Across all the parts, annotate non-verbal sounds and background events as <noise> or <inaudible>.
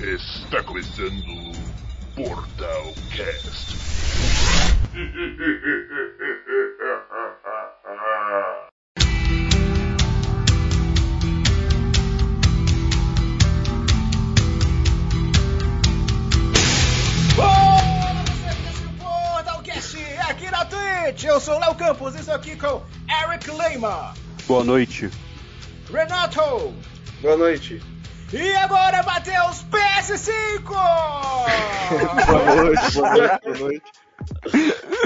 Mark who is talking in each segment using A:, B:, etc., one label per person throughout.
A: Está começando o Portal Cast.
B: Portalcast, aqui na Twitch. Eu sou o Léo Campos e estou aqui com Eric Lima,
C: Boa noite.
B: Renato
D: Boa noite.
B: e agora Matheus PS5!
C: Boa noite, boa noite, boa noite.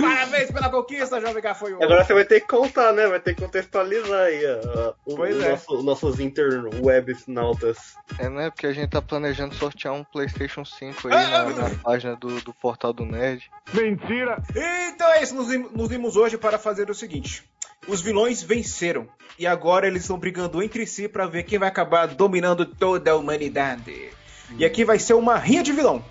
B: Parabéns pela conquista, Jovem Gafanhoto.
D: Agora você vai ter que contar, né? Vai ter que contextualizar aí ó, o,
B: Pois
D: o
B: é.
D: nosso- os nossos interweb nautas.
E: É, né? Porque a gente tá planejando sortear um PlayStation 5
B: Ah,
E: aí na,
B: ah,
E: na página do, do Portal do Nerd.
B: Então é isso, nos, im- nos vimos hoje para fazer o seguinte. Os vilões venceram e agora eles estão brigando entre si para ver quem vai acabar dominando toda a humanidade. E aqui vai ser uma rinha de vilão.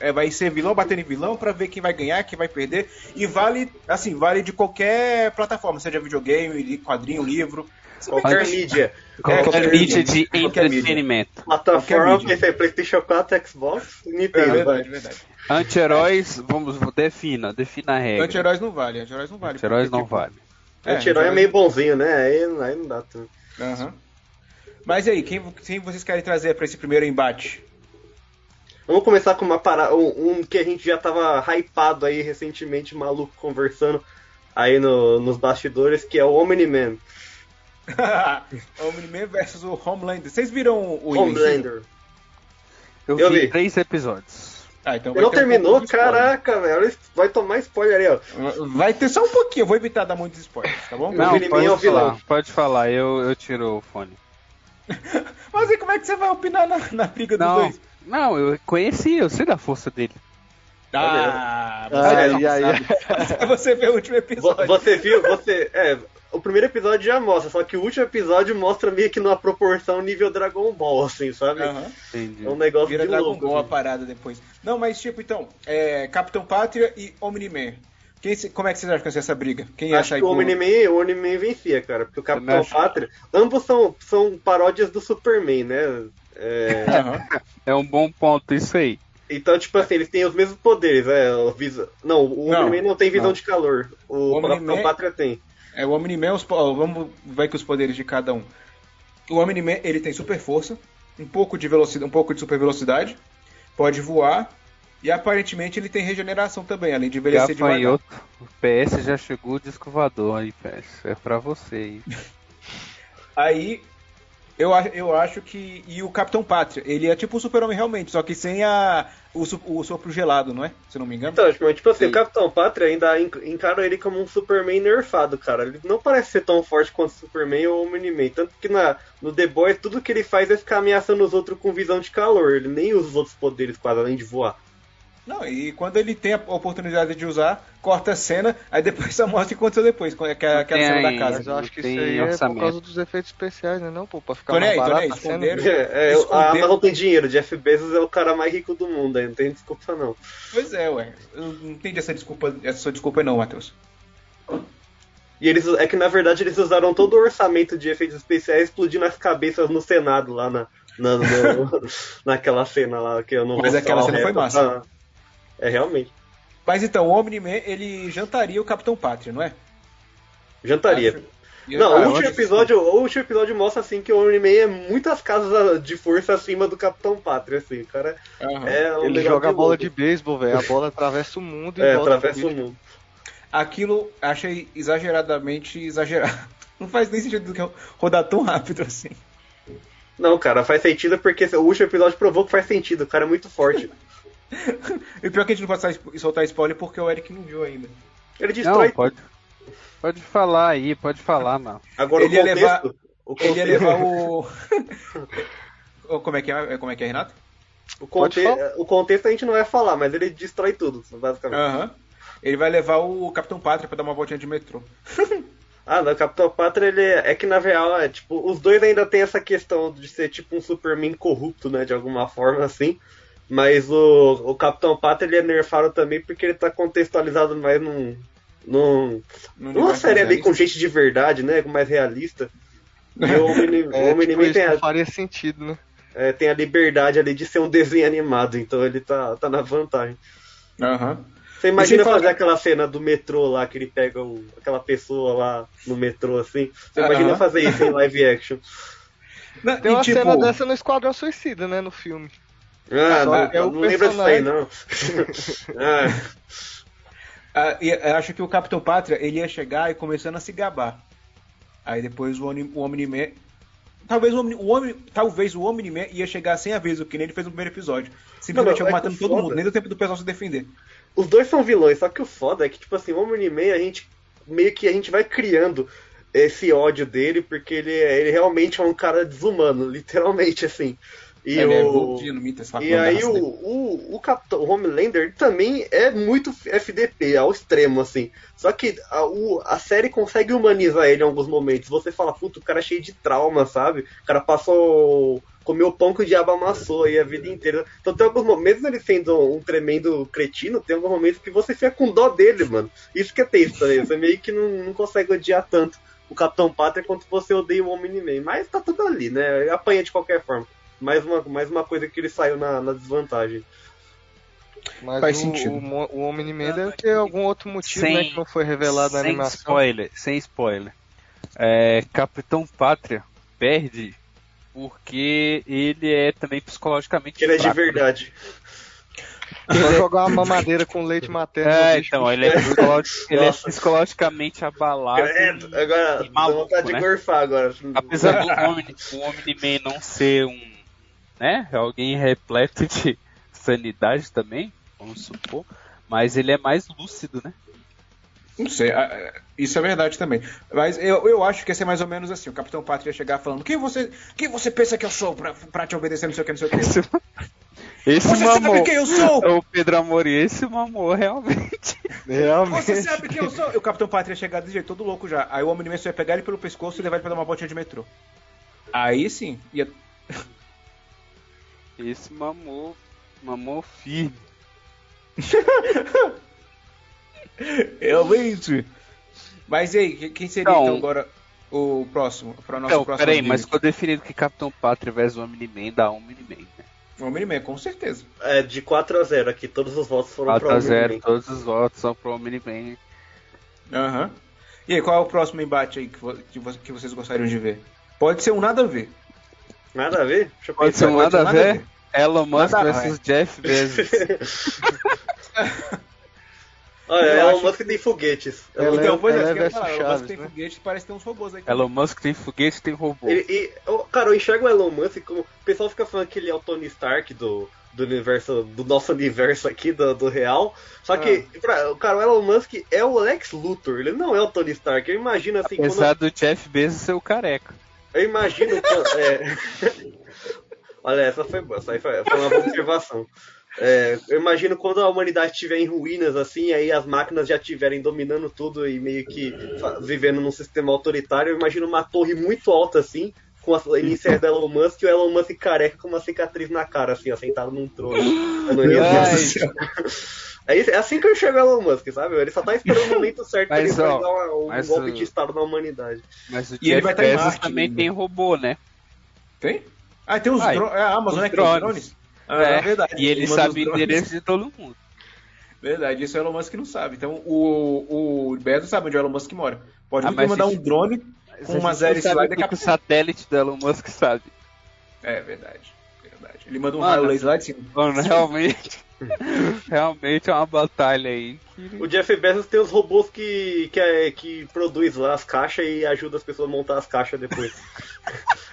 B: É, vai ser vilão batendo em vilão pra ver quem vai ganhar, quem vai perder. E vale, assim, vale de qualquer plataforma, seja videogame, li- quadrinho, livro. Se bem que
D: Qualquer
B: hoje-
D: mídia.
B: É,
C: Qualquer mídia de
B: Qualquer mídia.
C: entretenimento.
D: Plataforma,
B: mídia.
D: PC, Playstation 4, Xbox,
B: É
D: Nintendo.
B: verdade, verdade.
C: Anti-heróis, vamos, defina, defina a regra.
B: Anti-heróis não vale, anti-heróis não vale.
C: É, Anti-heróis
B: porque,
C: não
B: tipo,
C: vale.
B: É,
D: Anti-herói é
B: anti-herói-
D: meio bonzinho, né? Aí, aí não dá tanto.
B: tipo, Aham. Mas e aí, quem, quem vocês querem trazer pra esse primeiro embate? <laughs>
D: Vamos começar com uma parada, um, um que a gente já tava hypado aí recentemente, maluco, conversando aí no- nos bastidores, que é o Omni-Man,
B: Omni-Man versus É o Homelander. Vocês viram o o-
D: Homelander.
C: Eu,
D: Eu
C: vi,
D: vi.
C: três episódios.
B: Ah, então vai
D: Não
B: ter um
D: terminou?
B: pouco de spoiler.
D: Caraca, velho, olha isso, vai tomar spoiler aí, ó.
B: Vai ter só um pouquinho, eu vou evitar dar muitos spoilers, tá bom?
D: Não, Omni-Man é o
C: pode
D: vilão.
C: falar, pode falar, eu, eu tiro o fone.
B: <laughs> Mas e como é que você vai opinar na, na briga dos
C: Não,
B: dois?
C: não, eu conheci, eu sei da força dele.
B: Ah,
D: Ai,
B: você,
E: ai, ai.
B: é você vê o último
D: Vo-
B: episódio.
D: Você viu, você. É, o primeiro episódio já mostra, só que o último episódio mostra meio que numa proporção nível Dragon Ball, assim, sabe?
B: Aham.
C: Entendi.
D: É um negócio
B: Vira
D: de
B: Dragon
D: louco.
B: Ball a
D: assim.
B: parada depois. Não, mas tipo, então, é, Capitão Pátria e Omni-Man. Quem se- Como é que vocês acham que vai ser essa briga? Quem
D: Acho
B: acha aí
D: que o
B: pro-
D: Omni-Man, o Omni-Man vencia, cara, porque o
B: Né?
D: Capitão
C: acho.
D: Pátria. Ambos são, são paródias do Superman, né? É,
B: Aham.
C: É um bom ponto, isso aí.
D: então, tipo assim, eles têm os mesmos poderes, né? o visa- Não, o
B: Não,
D: Omni-Man não tem visão
B: não.
D: de calor.
B: O
D: O,
B: Omni-Man-
D: Capitão Pátria tem.
B: É, o Omni-Man, os po- ó, vamos ver com os poderes de cada um. O Omni-Man, ele tem super força, um pouco de velocidade, um pouco de super velocidade, pode voar, e aparentemente ele tem regeneração também, além de envelhecer devagar.
C: Gafanhoto, o PS já chegou o disco voador aí, PS. É pra você aí.
B: Aí eu, a- eu acho que. E o Capitão Pátria, ele é tipo o Super-Homem realmente, só que sem a, o, su- o sopro gelado, não é? Se eu não me engano.
D: Então, tipo, tipo assim,
C: Sim.
D: o Capitão Pátria ainda en- encara ele como um Superman nerfado, cara. Ele não parece ser tão forte quanto o Superman ou o Omni-Man. Tanto que na, no The Boys, tudo que ele faz é ficar ameaçando os outros com visão de calor. Ele nem usa os outros poderes quase, além de voar.
B: Não, e quando ele tem a oportunidade de usar, corta a cena, aí depois só mostra o que aconteceu depois, que é aquela
C: Tem
B: cena da
C: aí,
B: casa.
E: Mas eu acho que
C: Tem
E: isso aí é
C: orçamento.
E: por causa dos efeitos especiais, né? Não, pô, pra ficar
B: Tô nem
E: mais
B: aí, tô nem
E: barato tá
B: aí,
E: a cena.
B: esconderam.
D: <laughs> É, é, a
B: Esconder-
D: Amazon tem dinheiro. Jeff Bezos é o cara mais rico do mundo, aí não tem desculpa não.
B: Pois é, ué. Eu não entendi essa desculpa, essa sua desculpa não, Matheus.
D: E eles, é que na verdade eles usaram todo o orçamento de efeitos especiais explodindo as cabeças no Senado lá na, na- no- <laughs> naquela cena lá que eu não
B: Mas
D: vou
B: aquela
D: falar
B: cena
D: o
B: foi
D: resto
B: massa.
D: pra- É realmente.
B: Mas então, o Omni-Man, ele jantaria o Capitão Pátria, não é?
D: Jantaria.
B: Acho-
D: Não,
B: Ah,
D: o
B: eu
D: último,
B: acho que-
D: episódio, o último episódio mostra assim que o Omni-Man é muitas casas de força acima do Capitão Pátria, assim, cara.
B: Aham.
D: É um
E: Ele
D: negócio
E: joga a bola
D: louco.
E: de beisebol, velho. A bola atravessa o mundo e
D: É,
E: volta
D: atravessa
E: pro
D: o mundo.
B: Aquilo achei exageradamente exagerado. <laughs> Não faz nem sentido do que eu rodar tão rápido assim.
D: Não, cara, faz sentido porque o último episódio provou que faz sentido, o cara é muito forte.
B: E pior que a gente não pode sa- soltar spoiler porque o Eric não viu ainda.
E: <laughs>
D: Ele destrói.
C: Não, pode, pode falar aí, pode falar, mano.
D: Agora
B: Ele
D: o
B: ia
D: contexto.
B: levar-
D: O contexto,
B: Ele ia levar o. <laughs> o- como, é que é, como é que é, Renato?
D: o,
E: Pode
D: conte-
E: falar.
D: o contexto a gente não vai falar, mas ele destrói tudo, basicamente.
B: Aham. Ele vai levar o Capitão Pátria pra dar uma voltinha de metrô.
D: Ah, não, o Capitão Pátria, ele é, é que na real, é tipo, os dois ainda tem essa questão de ser tipo um Superman corrupto, né, de alguma forma assim. Mas o, o Capitão Pátria, ele é nerfado também porque ele tá contextualizado mais num. num
B: No
D: numa
B: universo
D: série ali
B: realista.
D: com gente de verdade, né, mais realista. E o Omni- o
E: É,
D: Omni-Man
E: tipo, isso
D: tem,
E: não
D: a,
E: faria sentido, né?
D: é, tem a liberdade ali de ser um desenho animado, então ele tá, tá na vantagem.
B: Aham.
D: Você imagina
B: E sem falar-
D: fazer aquela cena do metrô lá, que ele pega o- aquela pessoa lá no metrô, assim. Você
B: Aham.
D: imagina fazer isso em live action.
B: Não,
E: Tem
B: e,
E: uma
B: tipo,
E: cena dessa no Esquadrão Suicida, né? No filme.
D: Ah,
E: Só
D: não,
E: é o
D: não lembra disso aí, não. <laughs> ah,
B: ah, e eu acho que o Capitão Pátria ele ia chegar e começando a se gabar. Aí depois o, Oni- o Omni-Man. Talvez o, Omni, o Omni, talvez o Omni-Man ia chegar sem aviso, que nem ele fez no primeiro episódio. Simplesmente
D: Não, mas é
B: matando
D: que
B: todo
D: foda.
B: mundo, nem deu tempo do pessoal se defender.
D: Os dois são vilões, só que o foda é que, tipo assim, o Omni-Man, a gente meio que a gente vai criando esse ódio dele, porque ele, é- ele realmente é um cara desumano, literalmente, assim. E
B: ele é
D: o...
B: bobinho no Mitas,
D: E aí o, o, o Capitão Homelander ele também é muito FDP, ao extremo, assim. Só que a, o- a série consegue humanizar ele em alguns momentos. Você fala, puta, o cara é cheio de trauma, sabe? O cara passou. comeu pão que o diabo amassou aí a vida inteira. Então tem alguns momentos, ele sendo um tremendo cretino, tem alguns momentos que você fica com dó dele, mano. Isso que é tenso também. Você meio que não, não consegue odiar tanto o Capitão Pátria quanto você odeia o Homem-Man. Mas tá tudo ali, né? Ele Apanha de qualquer forma. Mais uma, mais uma coisa que ele saiu na, na desvantagem.
E: Mas
B: Faz
E: o,
B: sentido.
E: O, Mo- o Omni-Man deve ter algum outro motivo, né?
C: Sem-
E: Que não foi revelado na
C: sem
E: animação.
C: spoiler, sem spoiler. É, Capitão Pátria perde porque ele é também psicologicamente
D: Que ele é de
C: fraco.
D: verdade.
E: Só jogar uma mamadeira com leite materno. no
C: É,
E: bicho.
C: então, ele é, psicolo- ele é
D: Nossa.
C: psicologicamente abalado.
D: Credo,
C: e-
D: É, agora
C: e
D: dá
C: maluco,
D: vontade
C: um né?
D: de gorfar agora.
C: Apesar do Omni- o Omni-Man não ser um, né, alguém repleto de sanidade também, vamos supor, mas ele é mais lúcido, né?
B: Não sei, a- a- isso é verdade também. Mas eu, eu acho que ia ser mais ou menos assim: o Capitão Pátria ia chegar falando, quem você, quem você pensa que eu sou pra, pra te obedecer, não sei o que, não sei o que.
C: Esse, esse
B: Você sabe
C: mamou,
B: quem eu sou?
C: o Pedro Amorim, esse mamou realmente.
B: Você
E: Realmente.
B: sabe quem eu sou? E o Capitão Pátria ia chegar desse jeito, todo louco já. Aí o Omni-Man só ia pegar ele pelo pescoço e levar ele pra dar uma botinha de metrô. Aí sim, ia.
C: Esse mamou, mamou firme.
B: Realmente. Mas e aí, que- quem seria então,
C: Então-
B: agora o próximo? Pra nossa
C: Então,
B: próxima
C: peraí,
B: briga?
C: mas ficou definido que Capitão Pátria versus Omni-Man dá Omni-Man, né?
B: O Omni-Man, com certeza.
D: É, de 4 a 0 aqui, todos os votos foram pra um
C: 4x0,
D: Omni-Man.
C: todos os votos são pro Omni-Man.
B: Aham. E aí, qual é o próximo embate aí que, vo- que vo- que vocês gostariam de ver? Pode ser um nada a ver.
D: Nada a ver? Deixa eu
C: Pode ser
D: pensar.
C: um
B: Pode ser
C: nada a
B: nada a
C: ver? Elon Musk
B: Nada a
C: versus Jeff Bezos. <laughs>
D: <laughs> Olha,
B: Eu
D: Elon
B: acho
D: Musk tem foguetes. um-
E: Ela é-
B: então, pois é,
E: ela
B: isso
E: é
B: que eu ia
E: versus
B: falar. Eu
E: Chaves,
B: gosto que tem
E: né?
B: foguete, parece que tem uns robôs aí.
C: Elon Musk tem foguete, tem robô.
D: Ele- e- eu- cara, eu enxergo o Elon Musk como. O pessoal fica falando que ele é o Tony Stark do, do universo, do nosso universo aqui, do, do real. Só que,
C: Ah.
D: pra- cara, o Elon Musk é o Lex Luthor, ele não é o Tony Stark. Eu imagino assim, quando
C: Apesar do Jeff Bezos ser o careca.
D: Eu imagino. que- é. <laughs> Olha, essa foi boa, essa aí foi, foi uma boa observação. É, eu imagino quando a humanidade estiver em ruínas, assim, aí as máquinas já estiverem dominando tudo e meio que fa- vivendo num sistema autoritário, eu imagino uma torre muito alta, assim, com as iniciais da Elon Musk e o Elon Musk careca com uma cicatriz na cara, assim, ó, sentado num trono. Eu não ia-
C: Ai.
D: É, isso- é assim que eu enxergo o Elon Musk, sabe? Ele só tá esperando o momento certo pra
C: Mas,
D: ele
C: ó,
D: vai dar uma- um
C: mas,
D: golpe
C: uh,
D: de estado na humanidade.
C: Mas o
B: ele
C: Jeff
B: vai tá em
C: Bezos
B: Marte
C: também
B: ainda.
C: tem robô, né?
B: Tem? Ah, tem uns
C: Ai,
B: drones. A Amazon
C: os
B: é que tem os drones?
C: drones.
B: Ah,
C: É,
B: é verdade.
C: E ele
B: manda os
C: sabe o
B: drones.
C: endereço de todo mundo.
B: Verdade, isso o Elon Musk não sabe. Então o, o Bezos sabe onde é o Elon Musk mora. Pode
C: Ah,
B: muito bem
C: mas
B: mandar
C: se-
B: um drone.
C: Mas
B: Com
C: a gente
B: uma
C: não
B: zero
C: sabe
B: slide
C: o
B: é
C: que que o
B: capaz.
C: satélite do Elon Musk sabe.
B: É verdade. Verdade. Ele manda um
C: Mano.
B: raio laser lá de cima.
C: Mano, <laughs> realmente. realmente é uma batalha aí.
D: O Jeff Bezos tem os robôs que, que, é- que produz lá as caixas e ajuda as pessoas a montar as caixas depois.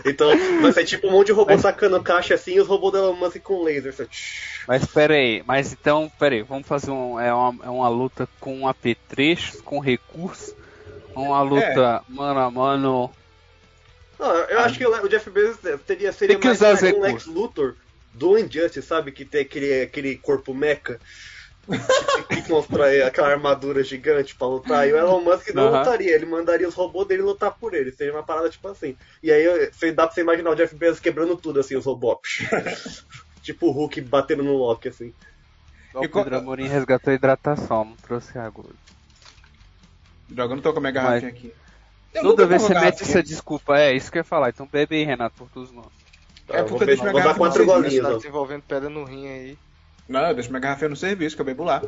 D: então, mas é tipo um monte de robô sacando caixa assim e os robôs da Elon Musk com laser. assim, tsh.
C: Mas pera aí, mas então, pera aí, vamos fazer um, é uma, é uma luta com apetrechos, com recursos,
B: É.
C: uma luta mano a mano.
D: Não, eu acho que o Jeff Bezos teria, seria
C: Ah. Tem que
D: mais
C: usar os
D: um
C: recursos.
D: Lex Luthor do Injustice, sabe? Que tem aquele, aquele corpo meca. que constrói aquela armadura gigante pra lutar. E o Elon Musk não
C: Aham.
D: lutaria, ele mandaria os robôs dele lutar por ele. Seria uma parada tipo assim. E aí eu- você dá pra você imaginar o Jeff Bezos quebrando tudo, assim,
C: <laughs>
D: os robôs. tipo o Hulk batendo no Loki, assim.
C: Ó,
B: E
C: O
B: co-
C: Pedro Amorim resgatou a hidratação, não trouxe água.
B: Droga, eu não tô com a minha garrafinha aqui. Eu
C: Toda
B: nunca
C: vez
B: tomo
C: você
B: garrafa
C: mete essa desculpa. É, isso que eu ia falar. Então bebe aí, Renato, por todos nós.
D: Tá,
B: É
D: eu
B: porque
D: vou,
B: eu
D: be-
B: deixo minha
D: vou dar
B: garrafa
D: quatro
B: no serviço,
E: Você
D: golinhos,
E: tá
D: ó.
E: desenvolvendo pedra no rim aí.
B: Não, eu deixo minha garrafinha no serviço, que eu bebo lá.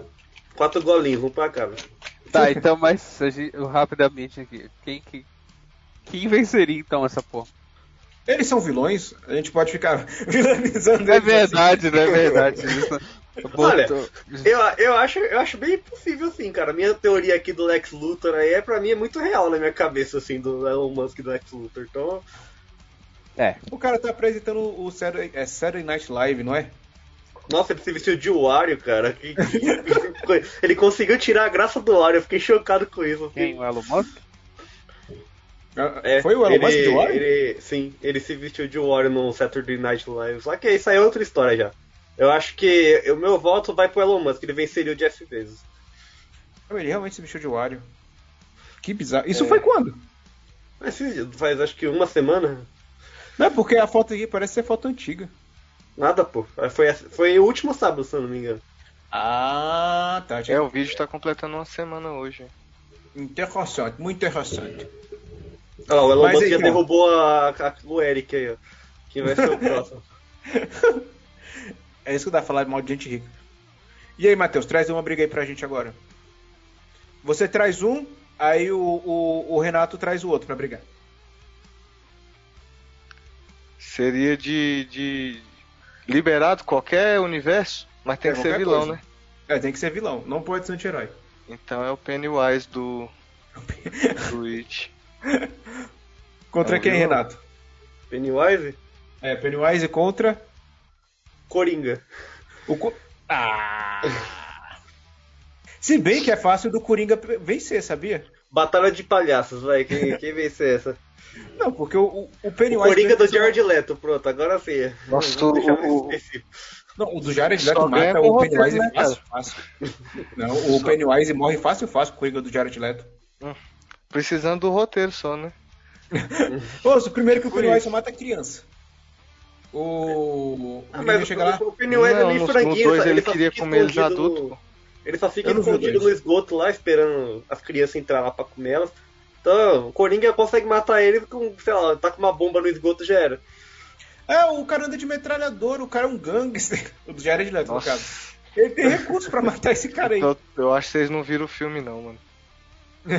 D: Quatro golinhos, vamos pra cá, velho.
B: <laughs>
C: Tá, então, mas a gente- rapidamente aqui. Quem que. Quem venceria então essa porra?
B: Eles são vilões, a gente pode ficar <laughs> vilanizando eles.
C: É
B: assim.
C: verdade, não é verdade. Isso-
D: Olha,
C: Botou-
D: Eu, eu, acho, eu acho bem possível, assim, cara. Minha teoria aqui do Lex Luthor aí, é, pra mim, é muito real na minha cabeça, assim, do Elon Musk e do Lex Luthor. Então,
C: É,
B: O cara tá apresentando o Saturday, é Saturday Night Live, não é?
D: nossa, ele se vestiu de Wario, cara. Que- que- ele conseguiu tirar a graça do Wario, eu fiquei chocado com isso, assim.
C: Quem? O Elon Musk?
D: É,
B: Foi o Elon
D: ele-
B: Musk do Warren?
D: ele- sim, ele se vestiu de Wario no Saturday Night Live. Só que isso aí é outra história já. Eu acho que o meu voto vai pro Elon Musk, ele venceria o Jeff Bezos.
B: Não, Ele realmente se vestiu de Wario. Que bizarro. Isso
D: É.
B: foi quando?
D: Mas se- faz acho que uma semana.
B: Não, é porque a foto aqui parece ser foto antiga.
D: Nada, pô. Foi, essa- foi o último sábado, se eu não me engano.
B: Ah, tá.
E: É, o vídeo tá completando uma semana hoje.
B: Interessante, muito interessante. <laughs>
D: Olha lá, Ah, o Elon
B: Mas
D: Musk já
B: então.
D: derrubou a, a- o Eric aí, ó. Quem vai ser
B: <laughs>
D: o próximo?
B: É isso que dá falar mal de gente rica. E aí, Matheus, traz uma briga aí pra gente agora. Você traz um, aí o, o- o Renato traz o outro pra brigar.
E: Seria de. de... liberado qualquer universo, mas tem
B: É,
E: que ser
B: qualquer
E: vilão,
B: coisa.
E: né?
B: É, tem que ser vilão, não pode ser anti-herói.
E: Então é o Pennywise
D: <laughs>
E: do. do It.
B: Contra
E: É um
B: quem,
E: vilão.
B: Renato?
D: Pennywise?
B: É, Pennywise contra
D: Coringa.
B: o. Co- Ah! Se bem que é fácil do Coringa vencer, sabia?
D: Batalha de palhaços,
B: <laughs>
D: vai. Quem, quem vencer essa?
B: Não, porque o, o- o
D: O
B: Pennywise.
D: Coringa do
B: venceu-
D: Jared Leto, pronto, agora sim.
E: Nossa,
D: Vamos deixar
E: o-
D: mais
E: o-
D: específico.
B: Não, o do Jared
E: Só
B: Leto
E: ganha
B: mata
E: com
B: o
E: roteiro,
B: Pennywise
E: né,
B: fácil, fácil. Não, o Pennywise morre fácil, fácil com o Coringa do Jared Leto.
E: Precisando do roteiro só, né?
B: Ouça, primeiro que o
E: Por
B: Pennywise só mata é criança. O. O
D: Ah,
B: Coringa
D: mas
B: chega
D: o,
B: lá.
D: o Pennywise
E: Não,
D: é meio
E: no- no
D: franguinho.
E: dois
D: sabe?
E: ele
D: só
E: queria
D: fica
E: comer eles
D: escondido no-
E: adultos, pô.
D: Ele só fica
B: Eu não vi o
D: escondido no
B: dois.
D: esgoto lá, esperando as crianças entrar lá pra comer elas. Então, o Coringa consegue matar ele com, sei lá, tá com uma bomba no esgoto já era.
B: É, o cara anda de metralhador, o cara é um gangster. <laughs> O do Jared Leto, no
E: Nossa.
B: caso. Ele tem recurso pra matar esse cara aí.
E: Eu, eu acho que vocês não viram o filme, não, mano.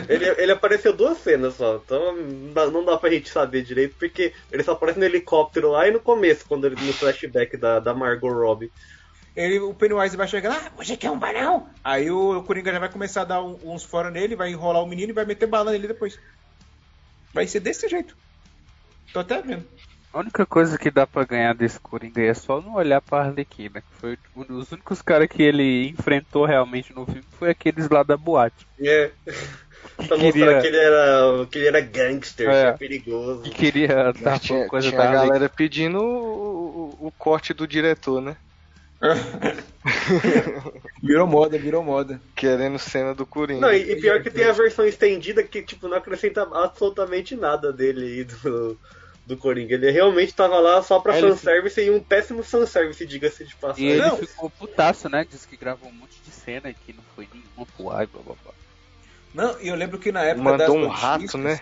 D: Ele, ele apareceu duas cenas só, então não dá, não dá pra gente saber direito, porque ele só aparece no helicóptero lá e no começo, quando ele no flashback da, da Margot Robbie.
B: Ele, o Pennywise vai chegar lá, você quer um balão? Aí o Coringa já vai começar a dar um- uns fora nele, vai enrolar o menino e vai meter bala nele depois. Vai ser desse jeito. Tô até vendo.
C: A única coisa que dá pra ganhar desse Coringa aí é só não olhar pra Arlequina. Que foi um dos únicos caras que ele enfrentou realmente no filme foi aqueles lá da boate.
D: É,
C: Que
D: pra mostrar
C: queria,
D: que ele era, que ele era gangster,
C: É.
D: que é perigoso.
C: que
E: <laughs>
C: queria dar
E: tinha
C: uma Tá, coisa
E: tinha a
C: da Arlequina.
E: galera pedindo o, o- o corte do diretor, né?
B: virou moda, virou moda.
E: Querendo cena do Coringa.
D: Não, e, e pior que tem a versão estendida que, tipo, não acrescenta absolutamente nada dele e do, do Coringa. Ele realmente tava lá só pra
C: É, ele-
D: fanservice e um péssimo fanservice, diga-se de
C: E
D: passagem.
C: ele
B: Não.
C: ficou putaço, né? Disse que gravou um monte de cena que não foi nenhuma pro ar, blá blá blá.
B: Não, e eu lembro que na época das
E: Mandou um
B: notícias-
E: rato, né?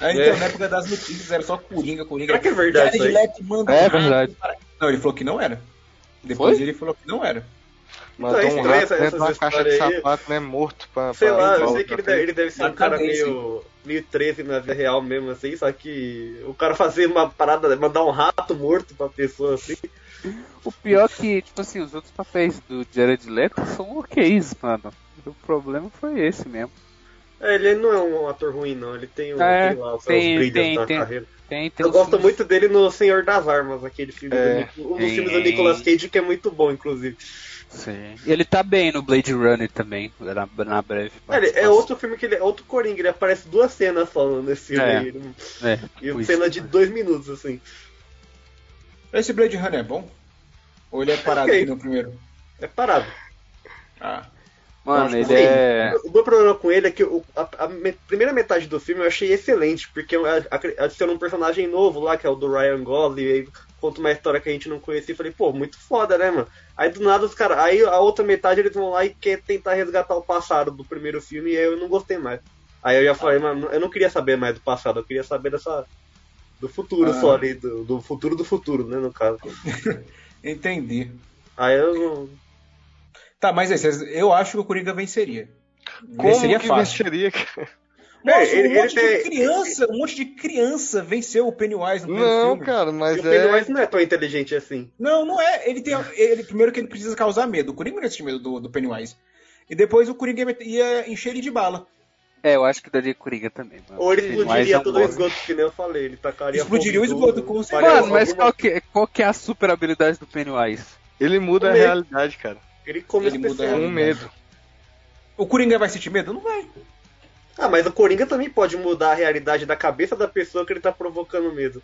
B: É, então,
D: É.
B: na época das notícias era só Coringa, Coringa.
D: Será que é verdade isso
B: Jared
D: aí?
B: Leto manda
C: É
B: um rato
C: verdade.
B: para- Não, ele falou que não era. Depois
C: Foi?
B: ele falou que não era.
E: Mandou
D: Então,
E: um
D: estranho
E: rato
D: essa-
E: dentro de uma
D: essas
E: caixa de
D: histórias aí.
E: sapato, né? Morto pra.
D: Sei
E: pra- pra
D: lá, eu sei
E: outra
D: que ele
E: coisa.
D: deve, ele deve ser um
B: Mas
D: cara
B: cadê esse?
D: meio, meio 13 na vida real mesmo, assim, só que o cara fazer uma parada, mandar um rato morto pra pessoa assim.
C: O pior que, tipo assim, os outros papéis do Jared Leto são ok's, mano. O problema foi esse mesmo.
D: É, ele não é um ator ruim, não, ele tem, um,
C: É,
D: tem lá os
C: tem-
D: brilhos
C: tem-
D: da
C: tem-
D: carreira.
C: Tem, tem
D: Eu
C: os
D: gosto
C: filmes-
D: muito dele no Senhor das Armas, aquele filme
E: É.
D: do, Nic- um dos filmes do
C: Sim.
D: Nicolas Cage que é muito bom, inclusive.
C: Sim. E ele tá bem no Blade Runner também, na, na breve.
D: É, ele- é
C: participação.
D: outro filme que ele é outro Coringa, ele aparece duas cenas só nesse filme
C: É.
D: aí. ele-
C: É,
D: E
C: tipo isso.
D: cena de dois minutos, assim.
B: Esse Blade Runner é bom? Ou ele é parado
D: Ok.
B: aqui no primeiro?
D: É parado.
B: Ah.
C: Mano,
D: Mas,
C: ele é.
D: O meu problema com ele é que o- a, a me- primeira metade do filme eu achei excelente, porque eu a- a- adiciona um personagem novo lá, que é o do Ryan Gosling, e aí conta uma história que a gente não conhecia, e falei, pô, muito foda, né, mano? Aí do nada os caras. Aí a outra metade eles vão lá e quer tentar resgatar o passado do primeiro filme, e aí eu não gostei mais. Aí eu já falei, mano, eu não queria saber mais do passado, eu queria saber dessa. Do futuro
B: Ah.
D: só ali, do, do futuro do futuro, né, no caso.
B: Entendi.
D: Aí eu não.
B: Tá, mas aí, vocês- eu acho que o Coringa venceria.
E: Como
B: venceria
E: que
B: é fácil.
E: venceria? cara?
B: Nossa,
D: É, ele-
B: um monte
D: ele
B: de
D: tem-
B: criança, um monte de criança venceu o
D: Tá
B: Pennywise no primeiro
E: Não,
B: filme.
E: cara,
D: E
E: mas
D: o Pennywise
E: é.
D: não é tão inteligente assim.
B: Não, não é. Ele tem. Ele, primeiro que ele precisa causar medo. O Coringa não tinha medo do, do Pennywise. E depois o Coringa ia met- ia encher ele de bala.
C: É, eu acho que daria Coringa também. Mano.
D: Ou ele
C: Pennywise é
D: explodiria
C: um
D: todo o
C: bosta.
D: esgoto, que nem eu falei, ele tacaria
B: Explodiria o
D: fogo em
B: esgoto,
D: tudo,
B: com certeza.
D: faria
C: Mano, mas
D: alguma-
C: qual que, qual que é a super habilidade do Pennywise?
E: Ele muda a
D: Comer.
E: realidade, cara.
D: Ele come
B: Ele
D: as
B: muda
D: pessoas.
B: É,
E: Com medo.
B: O Coringa vai sentir medo? Não vai.
D: Ah, mas o Coringa também pode mudar a realidade da cabeça da pessoa que ele tá provocando medo.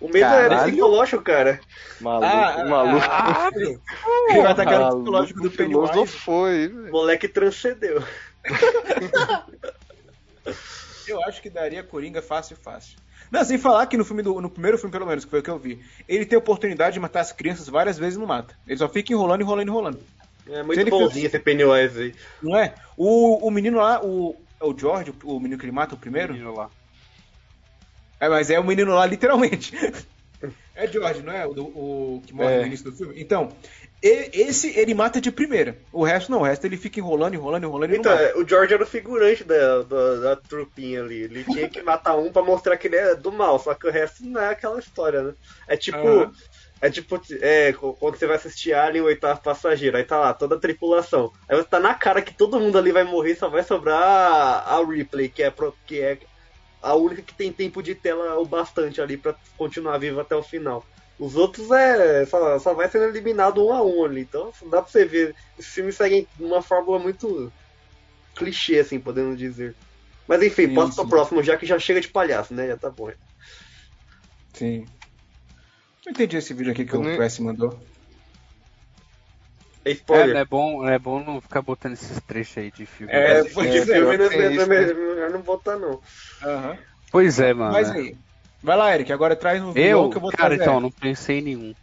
D: O medo é
C: Caralho.
D: psicológico, cara.
E: Maluco,
B: Ah, ah,
E: maluco.
C: Ah,
B: Ele ele vai
D: é
B: atacar o
E: maluco
B: psicológico do Pennywise.
E: filosofou aí,
D: O
E: velho.
D: moleque transcendeu.
B: Eu acho que daria Coringa fácil, fácil. Não, sem falar que no filme do, no primeiro filme, pelo menos, que foi o que eu vi, ele tem a oportunidade de matar as crianças várias vezes e não mata. Ele só fica enrolando, enrolando, enrolando.
D: É
B: Se
D: muito
B: ele
D: bonzinho esse Pennywise aí.
B: Não é? O, o menino lá, o. É o George, o menino que ele mata, o primeiro?
C: menino lá.
B: É, mas é o menino lá, literalmente. É George, não é? O, do- o que morre
E: É.
B: no início do filme. Então, e- esse ele mata de primeira. O resto não, o resto ele fica enrolando, enrolando, enrolando e não
D: Então,
B: mata.
D: é, o George era o figurante da, da, da trupinha ali. Ele tinha que matar um pra mostrar que ele é do mal, só que o resto não é aquela história, né? É tipo.
B: Aham.
D: É tipo, é, co- quando você vai assistir Alien, o oitavo passageiro, aí tá lá, toda a tripulação. Aí você tá na cara que todo mundo ali vai morrer, só vai sobrar a, a Ripley, que é, pro- que é a única que tem tempo de tela o bastante ali pra continuar viva até o final. Os outros é. Só, só vai sendo eliminado um a um ali. Então dá pra você ver. Esse filme segue uma fórmula muito clichê, assim, podemos dizer. Mas enfim,
B: Sim,
D: passa
B: sim.
D: pro próximo, já que já chega de palhaço, né? Já tá bom.
B: Sim. Não entendi esse vídeo aqui que
E: Eu
B: o
E: nem-
B: PS mandou.
D: É
C: É,
D: spoiler.
B: né?
D: <laughs>
C: não é bom, não é bom não ficar botando esses trechos aí de filme.
B: É,
D: Se
B: foi
D: de
B: dizer,
E: tem
D: filme, não é
E: isso, né?
D: melhor, melhor não botar, não.
B: Aham.
C: Pois é, mano.
B: Mas aí. Vai lá, Eric, agora traz um
C: eu,
B: vilão que eu vou
C: cara,
B: trazer.
C: então, não pensei em nenhum.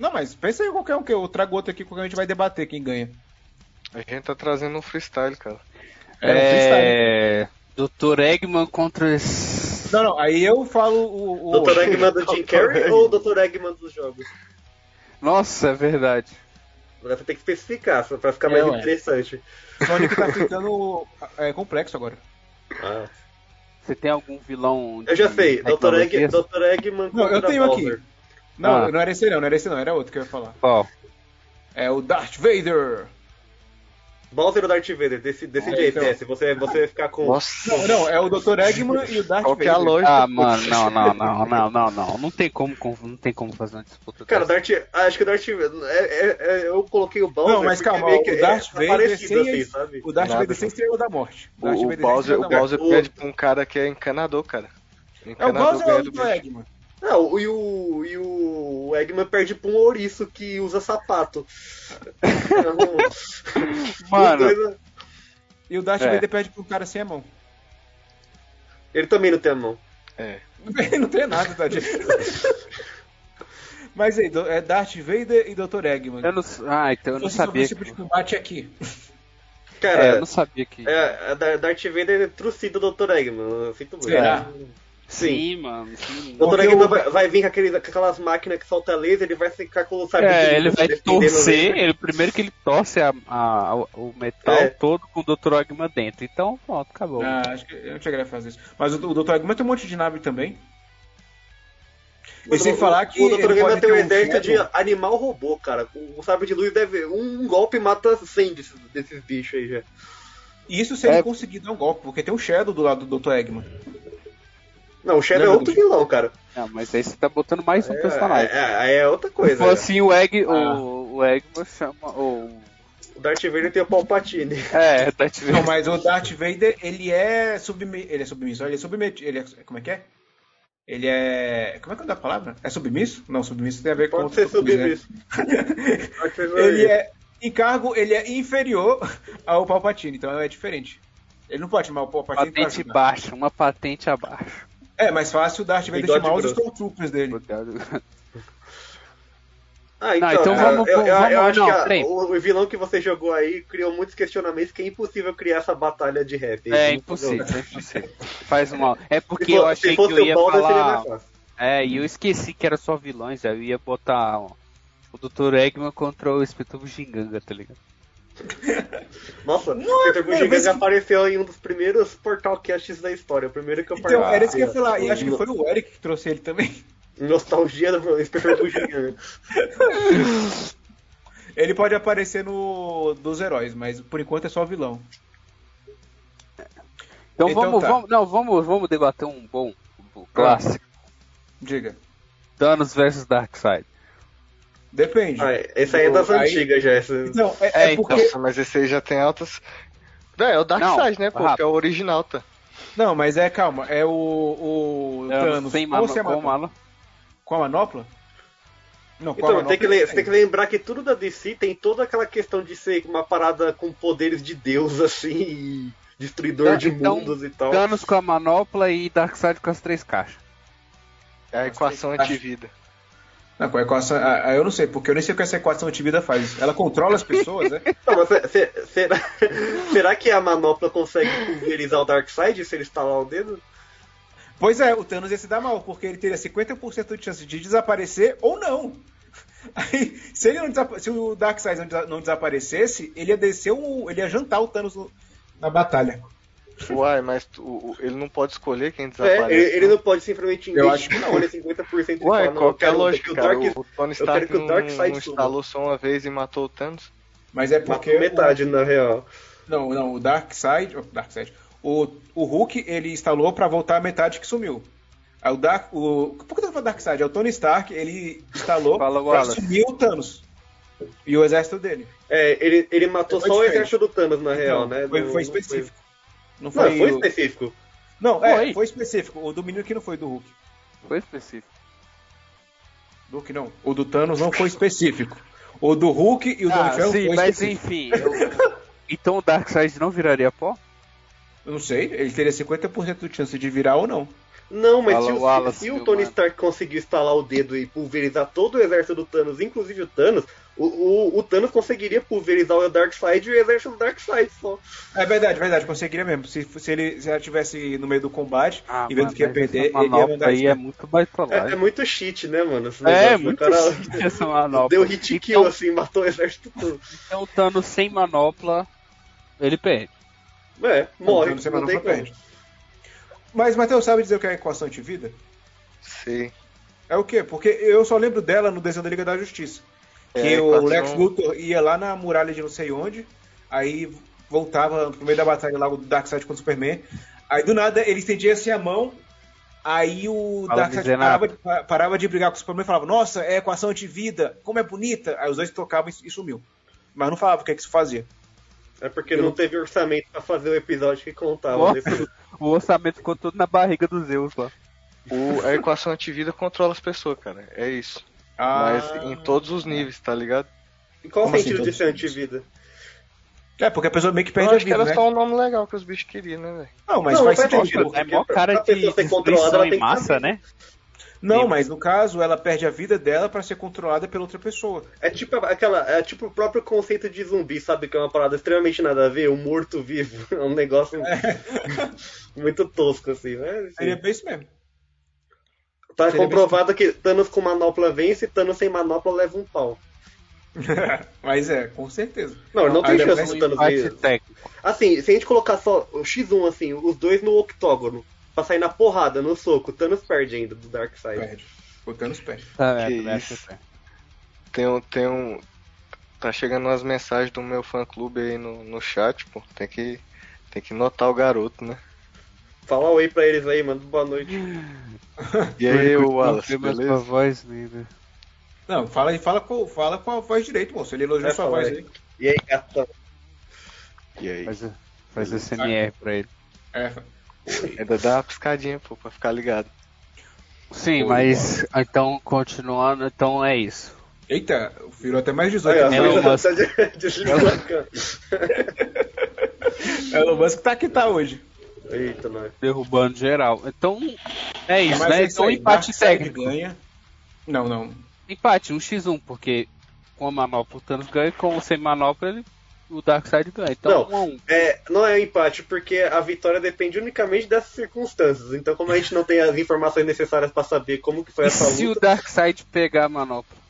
B: Não, mas pensa em qualquer um que eu trago outro aqui que a gente vai debater quem ganha.
E: A gente tá trazendo um freestyle, cara.
B: É, um freestyle.
C: É, Dr. Eggman contra. esse-
B: Não, não, aí eu falo o. o
D: Dr. Eggman
B: <laughs>
D: do Jim Carrey ou Dr. Eggman dos jogos?
C: Nossa, é verdade.
D: Agora Você tem que especificar, só pra ficar
B: É,
D: mais
B: ué.
D: interessante.
B: Sonic tá ficando é, complexo agora.
D: Ah.
C: Você tem algum vilão?
D: Eu já
C: de
D: sei, Dr. Egg,
C: tecnologia? assim?
D: Dr. Eggman
B: Não, eu
D: contra
B: tenho aqui.
D: Bowser.
B: Não,
C: Ah.
B: não era esse não, não era esse não, era outro que eu ia falar.
C: Qual?
B: É o Darth Vader.
D: Bowser ou Darth Vader? Deci- Decide
B: Ah,
D: aí,
B: então.
D: PS. Você, você vai ficar com.
E: Nossa,
B: Não, não, é o Dr. Eggman e o Darth
E: qual que é a
B: Vader.
E: lógica?
C: Ah, mano, não, não, não, não, não, não. Não tem como, conf- não tem como fazer uma disputa.
D: Cara,
C: dessa.
D: Darth. Acho que o Darth. É, é- é- eu coloquei o Bowser.
B: Não, mas
D: porque
B: calma,
D: meio
B: o
D: que é
B: Darth Vader
D: parecido,
B: sem
D: assim,
B: esse-
D: sabe?
B: O Darth
E: Nada,
B: Vader sem estrela da morte.
E: O,
B: Darth
E: o
B: Vader sem
E: Bowser,
B: Estrela
E: o
B: da Morte.
E: Bowser
D: O-
E: pede pra um cara que é encanador, cara.
B: É o Bowser ou é o
E: ganha do
B: Dr.
E: bicho.
B: Eggman?
D: Não, e o, e o Eggman perde pra um ouriço que usa sapato.
B: <laughs>
D: Então, os
C: Mano,
D: dois-
B: E o Darth
C: É.
B: Vader perde pro cara sem a mão. <laughs>
D: ele também não tem a mão.
E: É.
B: Ele não tem nada, tadinho. Mas aí, do- é Darth Vader e Dr. Eggman.
C: eu não. Ah, então eu não
B: Vocês vão ver
C: sabia.
B: esse tipo de combate aqui.
D: Cara,
C: É, eu não sabia que.
D: É, a Dar- Darth Vader é trucido do Dr. Eggman, eu sinto muito.
B: Será?
C: Sim, mano. Sim.
D: O Dr.
B: É. Porque
D: Eggman
B: o-
D: vai, vai vir com, aquele- com aquelas máquinas que solta laser, ele vai ficar com o sabre de
C: É,
D: luz
C: ele vai
D: defendendo
C: torcer,
D: ele.
C: ele, primeiro que ele torce a, a- o metal
D: É.
C: todo com o Dr. Ogma dentro. Então, pronto, acabou.
B: Ah, acho que eu não cheguei a fazer isso. Mas o, o Dr. Eggman tem um monte de nave também. E sem
D: o,
B: falar que.
D: O Dr.
B: ele
D: Eggman
B: pode
D: tem um
B: ter
D: exército de
B: ferro.
D: animal robô, cara. O, o sabre de luz deve. Um golpe mata 100 desses, desses bichos aí já.
B: E Isso se ele
C: É.
B: conseguir dar um golpe, porque tem um Shadow do lado do Dr. Eggman.
D: Não, o Shadow é
B: Lembra
D: outro
B: do-
D: vilão, cara.
C: Não, mas aí você tá botando mais um
D: É,
C: personagem.
D: é, é- é outra
C: Se
D: coisa.
C: for assim, o Egg,
B: Ah.
C: o, o Eggman chama. O...
D: é. O Darth Vader tem o Palpatine.
C: É, tá te
B: Não,
C: vendo.
B: mas o Darth Vader, ele é submisso. Ele é submisso, ele é submetido. Ele é, como é que é? Ele é. Como é que é o da palavra? É submisso? Não, submisso tem a ver com.
D: Pode ser
B: outra coisa, né?
D: submisso. Pode ser
B: <laughs> Ele
D: submisso.
B: é. Em cargo, ele é inferior ao Palpatine, então é diferente. Ele não pode chamar o Palpatine. pra
C: Patente
B: ajudar.
C: baixa, uma patente abaixo.
B: É, mais fácil o Darth Vader
D: Bigode
B: chamar os
D: grosso.
B: Stormtroopers dele.
C: Obrigado.
D: Ah,
C: Não,
D: então,
C: então
D: cara,
C: vamos-
D: eu, eu-
C: vamos-
D: eu acho
C: não,
D: que a-
C: peraí.
D: o, o vilão que você jogou aí criou muitos questionamentos que é impossível criar essa batalha de rap.
C: É
D: Não-
C: impossível,
D: não.
C: é impossível. Faz mal. É porque
D: se, fo-
C: eu achei que
D: se fosse
C: eu ia
D: o Balder, seria
C: falar.
D: mais fácil.
C: É, e eu esqueci que era só vilões, aí eu ia botar ó, o Dr. Eggman contra o Espetubo Ginganga, tá ligado?
D: Nossa,
B: Não, é a
D: o Peter
B: primeira vez
D: Guggenheim
B: que-
D: apareceu em um dos primeiros portal casts da história. O primeiro que eu
B: Então, era isso que eu ia
D: participei.
B: falar. E acho que foi o Eric que trouxe ele também.
D: Nostalgia do né? Inspetor Guggenheim.
B: Ele pode aparecer no dos heróis, mas por enquanto é só vilão.
C: Então,
B: Então
C: vamos,
B: tá.
C: vamos, não, vamos, vamos debater um bom, um clássico.
B: Diga.
C: Thanos versus Darkseid.
B: Depende.
D: Ah, esse aí é das
B: Aí-
D: antigas já. Esse...
B: Não, é, é
C: É,
B: porque.
E: Nossa, mas esse aí já tem altas. Véi, é o Darkseid,
C: Não,
E: né, pô?
C: rápido.
E: Que é o original, tá?
B: Não, mas é calma. É o, o
D: É,
B: Thanos
C: sem
B: com
C: mano,
B: ou sem
C: com
B: manopla?
C: mano.
B: Com a manopla? Não, com a
D: Então,
B: manopla.
D: tem que, le- você tem que
B: ele
D: lembrar que tudo da DC tem toda aquela questão de ser uma parada com poderes de Deus, <laughs> assim, e destruidor
C: Então-
D: de
C: então,
D: mundos e tal.
C: Thanos com a manopla e Darkseid com as três caixas.
E: É a equação antivida.
B: tem. Não, com a equação. ah, ah, eu não sei, porque eu nem sei o que essa equação antivida faz. Ela controla as pessoas, né?
D: Não, mas se- se- será, <laughs> será que a manopla consegue pulverizar o Darkseid se ele estalar o dedo?
B: Pois é, o Thanos ia se dar mal, porque ele teria 50% de chance de desaparecer ou não. <laughs> Aí, se, ele não desapa- se o Darkseid não, desa- não desaparecesse, ele ia descer um. Ele ia jantar o Thanos no- na batalha.
E: Uai, mas tu- o- o- ele não pode escolher quem
D: É,
E: desaparece.
D: ele, ele não pode simplesmente
B: Eu acho que não.
D: escolher 50% de
E: Uai,
D: falar, não,
E: qual
D: eu
E: que é a
D: quero
E: lógica,
D: que
E: cara?
D: o Dark
E: O Tony
D: eu quero
E: Stark
D: que o
E: não,
D: Darkseid
E: não
D: suma.
E: instalou só uma vez e matou o Thanos?
B: Mas é
D: matou
B: porque.
D: metade, na real.
B: O, não, não, o Darkseid. O, Darkseid o, o Hulk, ele instalou pra voltar a metade que sumiu. Aí o Dark. O, por que eu tô falando Darkseid? É o Tony Stark, ele instalou
C: Fala,
B: pra
C: Wallace.
B: sumir o Thanos. E o exército dele.
D: É, ele, ele matou
B: É, foi
D: só o
B: diferente.
D: exército do Thanos, na real,
B: Não,
D: né?
B: Foi,
D: Não-
B: foi
D: não
B: específico. Não
D: Não,
B: foi,
D: foi
B: o-
D: específico.
B: Não, é,
C: Foi.
B: foi específico. O do menino que não foi do Hulk.
C: Foi específico.
B: Do Hulk não. O do Thanos não foi específico. O do Hulk e o do
C: Ah,
B: Inferno
C: sim,
B: foi
C: mas
B: específico.
C: enfim. eu- <laughs> Então o Darkseid não viraria pó?
B: Eu não sei, ele teria 50% de chance de virar ou não.
D: Não, mas
C: Fala,
D: se, o-
C: Wallace,
D: se o
C: meu
D: Tony
B: né?
C: mano.
D: Stark conseguiu instalar o dedo e pulverizar todo o exército do Thanos, inclusive o Thanos, o, o- o Thanos conseguiria pulverizar o Darkseid e o exército do Darkseid só.
B: É verdade, verdade, conseguiria mesmo. Se, se ele já tivesse no meio do combate
C: Ah,
B: e vendo
C: mano,
B: que ia
C: mas
B: perder,
C: essa
B: ele ia
C: manopla
B: mandar
C: aí é muito
D: É, é
C: baitolagem.
D: muito cheat, né, mano?
C: É,
D: esse negócio. O
C: muito <laughs>
D: cara
C: chique essa manopla.
D: Deu hit kill,
C: Então-
D: assim, matou o exército todo.
C: Então o Thanos sem manopla, ele perde.
D: É, morre,
B: Não, Então, você
D: não,
B: não
D: tem
B: perde.
D: como.
B: Mas, Matheus, sabe dizer o que é a equação de vida?
E: Sim.
B: É o quê? Porque eu só lembro dela no desenho da Liga da Justiça. Que
E: É, a
B: o
E: equação-
B: Lex Luthor ia lá na muralha de não sei onde, aí voltava no meio da batalha lá o Darkseid contra o Superman. Aí do nada ele estendia assim a mão, aí o
C: Fala,
B: Darkseid
C: miserável.
B: parava, pa- parava de brigar com o Superman e falava: Nossa, é equação de vida, como é bonita. Aí os dois tocavam e, e sumiu. Mas não falava o que, é que isso fazia.
D: É porque não teve orçamento pra fazer o episódio que contava.
C: Nossa.
D: né? Por-
C: O orçamento ficou todo na barriga do Zeus lá.
E: O- a equação antivida controla as pessoas, cara. É isso.
B: Ah.
E: Mas em todos os níveis, tá ligado?
D: E Qual o
B: Como assim,
D: sentido de
B: todos
D: ser
B: os
D: antivida?
B: É, porque a pessoa meio que
E: Eu
B: perde a
E: acho que
B: vida,
E: era
B: né?
E: só um nome legal que os bichos queriam, né, velho?
B: Não, mas
D: Não,
B: faz
D: mas
B: sentido.
E: né?
D: entendi.
C: É mó cara
D: Pra
C: de
D: pessoa ser controlada,
C: destruição
D: ela
C: em
D: tem que
C: massa, né?
B: Não, mas no caso, ela perde a vida dela pra ser controlada pela outra pessoa.
D: É tipo aquela, é tipo o próprio conceito de zumbi, sabe? Que é uma parada extremamente nada a ver, um morto-vivo. <laughs> É um negócio muito tosco, assim, né? Assim,
B: Seria bem isso mesmo.
D: tá
B: seria
D: comprovado que Thanos com manopla vence e Thanos sem manopla leva um pau.
B: <laughs> mas é, com certeza.
D: Não, não tem
B: Ainda
D: chance
B: mais
D: do
C: Um
D: Thanos
C: empate
D: vencer.
C: técnico.
D: Assim, se a gente colocar só o X1, assim, os dois no octógono, pra sair na porrada, no soco, Thanos perde ainda do Darkseid.
B: Perde. Botando os pés.
C: Tá,
E: Que
C: é, também
E: isso.
C: acho que é.
E: Tem um, tem um. Tá chegando umas mensagens do meu fã clube aí no, no chat, pô. Tem que. Tem que notar o garoto, né?
D: Fala oi pra eles aí, mano. Boa noite.
E: E aí,
C: Não
E: o Wallace,
C: tem mais
E: beleza?
C: uma voz linda.
B: Não, fala aí, fala com, fala com a voz direito, moço. Ele elogiou
D: É,
B: sua
D: fala
B: voz
D: aí.
B: aí.
D: E aí, gatão?
E: E aí?
C: Faz, faz SMR pra ele.
B: É.
E: Ainda dá uma piscadinha, pô, pra ficar ligado.
C: Sim, mas então continuando, então é isso.
B: Eita, virou até mais Né?
D: Aí,
B: 18.
D: ó,
C: Elon
D: <laughs> tá
C: Musk.
D: de- desligando a câmera.
B: Elon Musk tá que tá hoje.
D: Eita, nós.
C: Derrubando geral. Então é isso,
B: Mas
C: né?
B: é isso
C: então
B: aí,
C: empate
B: Darkseid
C: técnico.
B: ganha. Não, não.
C: Empate, um x 1 porque com a manopla o Thanos ganha, com sem manopla ele, o Darkseid ganha. Então,
D: Não,
C: um a um.
D: É, não é um empate, porque a vitória depende unicamente das circunstâncias. Então, como a gente não tem as informações necessárias pra saber como que foi
C: E
D: essa
C: <laughs> se o
D: luta,
C: Darkseid pegar a manopla?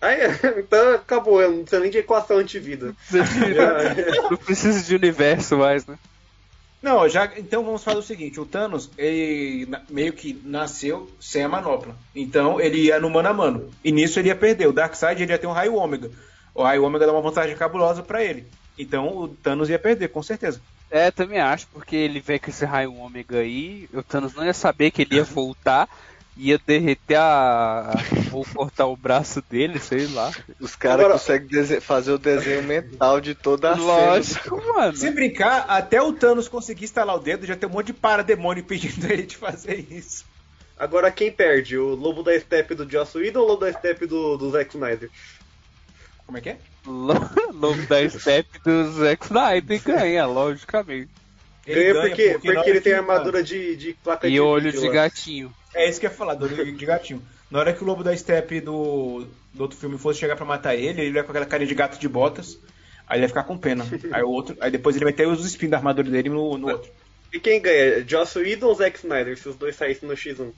D: aí, <laughs> então acabou, eu não precisa nem de equação antivida. É,
C: Não precisa de universo mais, né?
B: Não, já, então vamos falar o seguinte: o Thanos, ele na- meio que nasceu sem a manopla. Então ele ia no mano a mano. E nisso ele ia perder. O Darkseid ele ia ter um raio ômega. O raio ômega dá uma vantagem cabulosa pra ele. Então o Thanos ia perder, com certeza.
C: É, também acho, porque ele vem com esse raio ômega aí, o Thanos não ia saber que ele ia voltar, ia derreter a. ou cortar o braço dele, sei lá.
E: Os caras
D: Agora-
E: conseguem dese- fazer o desenho mental de toda a cena.
C: Lógico, mano.
B: Se brincar, até o Thanos conseguir instalar o dedo, já tem um monte de parademônio pedindo <laughs> ele de fazer isso.
D: Agora, quem perde? O lobo da steppe do Joss Whedon ou o lobo da steppe do, do Zack Snyder?
B: Como é que é?
C: Lo- Lobo da Step do Zack Snyder ganha, logicamente.
D: Ganha, porque, porque,
B: na hora
D: ele tem
B: que-
D: armadura de, de placa de
C: E olho
D: vídeo
C: de
D: lá.
C: gatinho.
B: É isso que eu ia falar, do olho de gatinho. Na hora que o lobo da Steppe do, do outro filme fosse chegar pra matar ele, ele ia com aquela cara de gato de botas. Aí ele ia ficar com pena. Aí o outro, aí depois ele vai ter os espinhos da armadura dele no, no outro.
D: E quem ganha? Joss Whedon ou Zack Snyder? Se os dois saíssem no X1.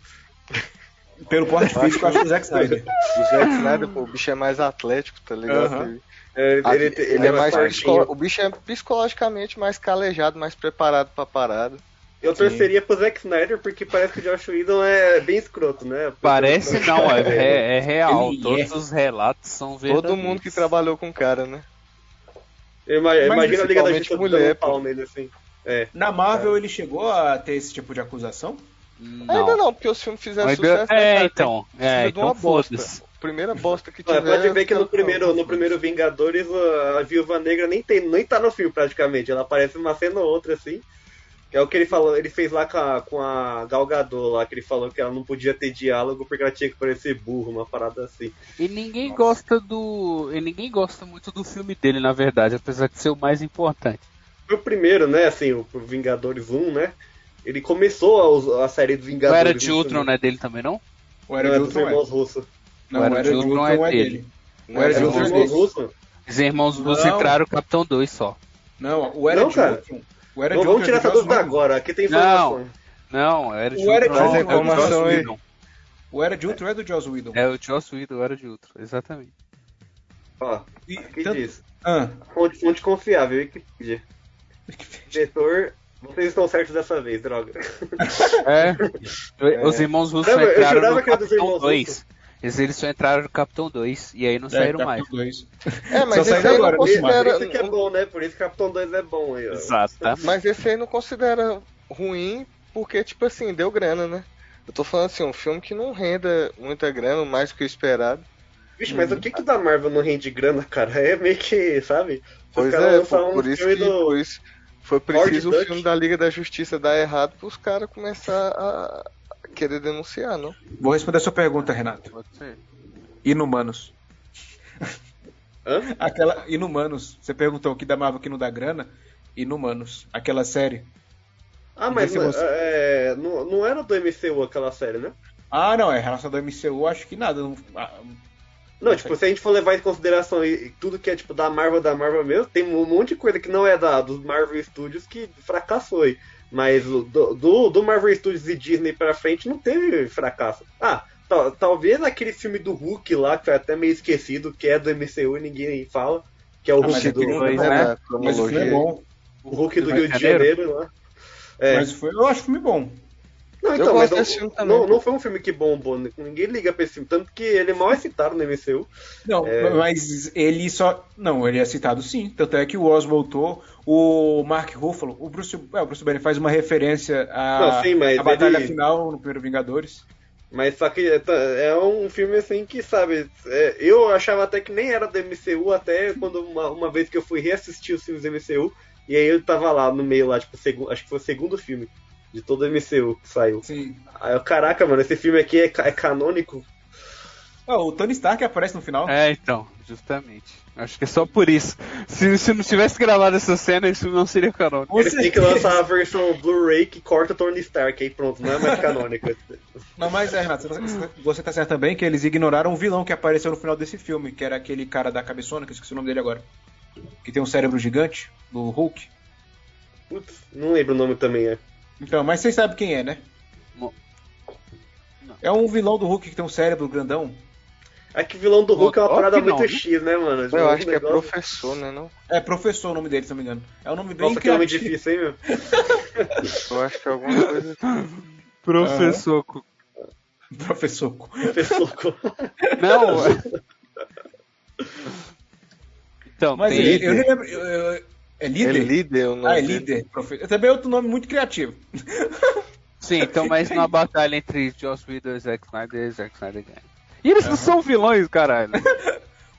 B: Pelo porte físico, eu acho que o Zack
D: é.
B: Snyder.
E: O Zack Snyder, pô, o bicho é mais atlético, tá ligado?
B: Aham.
E: Ele-
D: É,
E: Ah,
D: ele, ele é mais
E: psico-
D: fortinho.
E: O bicho é psicologicamente mais calejado, mais preparado pra parada.
D: Eu torceria pro Zack Snyder porque parece que o Josh Whedon é bem escroto, né?
C: Parece não, é, é- é real.
B: Ele
C: Todos os relatos são verdadeiros.
E: Todo mundo que trabalhou com o cara, né?
D: Ima- Imagina a Liga da
E: principalmente
D: Justiça
E: mulher,
D: dando um
E: pô.
D: pau nele assim. É.
B: Na Marvel, ele chegou a ter esse tipo de acusação?
C: Não.
E: Ainda não, porque os filmes fizeram
C: Ainda-
E: sucesso. né,
C: É,
E: cara?
C: então.
E: Tem
C: É,
E: sido uma
C: então
E: bosta.
C: foda-se.
E: Primeira bosta que
D: Olha,
E: tiver.
D: pode ver que no
E: os caras
D: primeiro,
E: falam.
D: no primeiro Vingadores a Viúva Negra nem, tem, nem tá no filme praticamente. Ela aparece uma cena ou outra assim. Que é o que ele falou, ele fez lá com a, com a Gal Gadot lá, que ele falou que ela não podia ter diálogo porque ela tinha que parecer burro, uma parada assim.
C: E ninguém gosta do. E ninguém gosta muito do filme dele, na verdade, apesar de ser o mais importante.
D: Foi o primeiro, né, assim, o o Vingadores 1, né? Ele começou a, a série dos
C: Não
D: Vingadores.
C: era de
D: isso,
C: Ultron, né?
D: né?
C: não é dele também, não?
B: O
D: Não,
B: Era
D: é
B: de
D: dos
B: Ultron é.
D: irmãos russos.
B: Não, o Era de Ultron é dele. O Era de
E: Era dos
D: Os
B: Ultron é
D: irmãos
B: dele.
D: russos?
C: Os irmãos Russo
B: Não.
C: entraram Capitão 2 só.
B: Não, o Era
D: Não,
B: de
D: cara.
B: Ultron. O Era
D: Não
B: de
D: vamos
B: Ultron
D: tirar
B: é do
D: essa
B: Joss
D: dúvida
B: Whedon.
D: agora. Aqui tem
C: Não.
D: informação.
C: Não, era de
B: O Era
C: Ultron.
B: de
C: não,
B: Ultron,
C: era de Joss
E: informação aí.
C: Whedon.
B: O Era de Ultron é do Joss Whedon.
C: É o Joss Whedon, era de Ultron, exatamente.
D: Ó,
B: E
D: aqui
B: tanto-
D: diz.
B: Ah,
D: Fonte, fonte confiável, Wikipedia. Diretor, vocês estão certos dessa vez, droga.
C: É. Os irmãos Russo
D: Não, eu
C: entraram
D: jurava
C: no
D: que era dos
C: Capitão
D: irmãos
C: 2. Eles, eles só entraram no Capitão 2 e aí não
B: é,
C: saíram
B: tá
C: mais.
B: com dois.
E: É, mas
B: Só
E: esse
B: saiu
E: aí
B: agora,
E: não
B: né?
E: considera. um-
D: Por isso que é bom, né? Por isso que Capitão 2 é bom aí, ó.
C: Exatamente.
E: Mas esse aí não considera ruim, porque, tipo assim, deu grana, né? Eu tô falando assim, um filme que não renda muita grana, mais do que o esperado.
D: Vixe, mas o que que da Marvel não rende grana, cara? É meio que, sabe? Os
E: Pois
D: caras
E: é,
D: lançaram
E: por, por isso
D: um filme
E: que
D: do-
E: por isso foi preciso
D: Duck.
E: o filme da Liga da Justiça dar errado pros caras começar a a querer denunciar, não?
B: Vou responder a sua pergunta, Renato.
C: Pode ser.
B: Inumanos.
D: Hã?
B: Aquela Inumanos. Você perguntou o que da Marvel que não dá grana? Inumanos. Aquela série.
D: Ah, mas
B: Desse você.
D: é, não, não era do MCU aquela série, né?
B: Ah, não, é relacionado ao MCU, acho que nada. não- ah,
D: Não, tipo, se a gente for levar em consideração e- e tudo que é, tipo, da Marvel, da Marvel mesmo, tem um monte de coisa que não é da, dos Marvel Studios que fracassou aí. Mas o- do, do, do Marvel Studios e Disney pra frente não teve fracasso. Ah, tal- talvez aquele filme do Hulk lá, que foi até meio esquecido, que é do MCU e ninguém fala, que é o
B: Ah, mas
D: Hulk,
B: é
D: do,
B: que não-
E: Não é
C: né?
E: da
B: mas o filme é
E: cronologia.
B: bom.
D: o Hulk do
C: do
D: Rio
C: Rio
D: de
C: de Janeiro?
D: Janeiro lá. É.
B: Mas foi, eu acho o filme bom.
D: Não,
E: Eu
D: então,
E: gosto
D: mas
E: desse
D: não-
E: filme também,
D: não,
E: pô.
D: não foi um filme que bombou, né? ninguém liga pra esse filme, tanto que ele mal é citado no MCU.
B: Não,
D: É.
B: mas ele só. Não, ele é citado sim. Tanto é que o Oz voltou, o Mark Ruffalo, o Bruce, é, o Bruce Banner faz uma referência à,
D: Não, sim, mas
B: à batalha
D: ele-
B: final no primeiro Vingadores.
D: Mas só que é tá- é um filme assim que, sabe, é, eu achava até que nem era do MCU, até quando uma, uma vez que eu fui reassistir os filmes do MCU, e aí eu tava lá no meio lá, tipo, segu- acho que foi o segundo filme de todo o MCU que saiu.
B: Sim.
E: <laughs>
D: Aí eu, caraca, mano, esse filme aqui é, ca- é canônico.
B: Ah, o Tony Stark aparece no final.
C: É, então, justamente. Acho que é só por isso. Se, se não tivesse gravado essa cena, isso não seria canônico.
B: Com
D: Ele tem que
B: certeza.
D: lançar a versão Blu-ray que corta o Tony Stark, aí pronto, não é mais
E: <laughs>
D: canônico.
B: <laughs> Não, mas é, Renato, você- você tá certo também que eles ignoraram o vilão que apareceu no final desse filme, que era aquele cara da cabeçona, que eu esqueci o nome dele agora. Que tem um cérebro gigante, do Hulk.
D: Putz, não lembro o nome também, é.
B: Então, mas vocês sabem quem é, né?
C: Mo-
B: É um vilão do Hulk que tem um cérebro grandão.
D: É que vilão do Hulk é uma
C: Ó,
D: parada
C: que não,
D: muito
C: né?
D: X, né, mano?
E: Eu acho que é
D: Negócio-
E: professor, né? Não?
B: É professor o nome dele, se não me engano. É um nome bem
D: Nossa, que nome
B: criativo.
D: difícil, hein, meu?
E: <laughs> Eu acho que é alguma coisa.
C: Professor. Cu-
B: <laughs> Professor.
D: Pessoa com-
C: <laughs> Não! é. então,
B: Mas
C: tem
B: ele- eu não lembro. eu- eu- é
E: É
B: líder?
E: líder né? o nome
B: Ah, é
E: dele.
B: líder. Profe... Também é outro nome muito criativo. <laughs>
C: Sim, então, mas na batalha entre Joss Whedon e Zack Snyder, e Zack Snyder ganha. E eles não são vilões, caralho.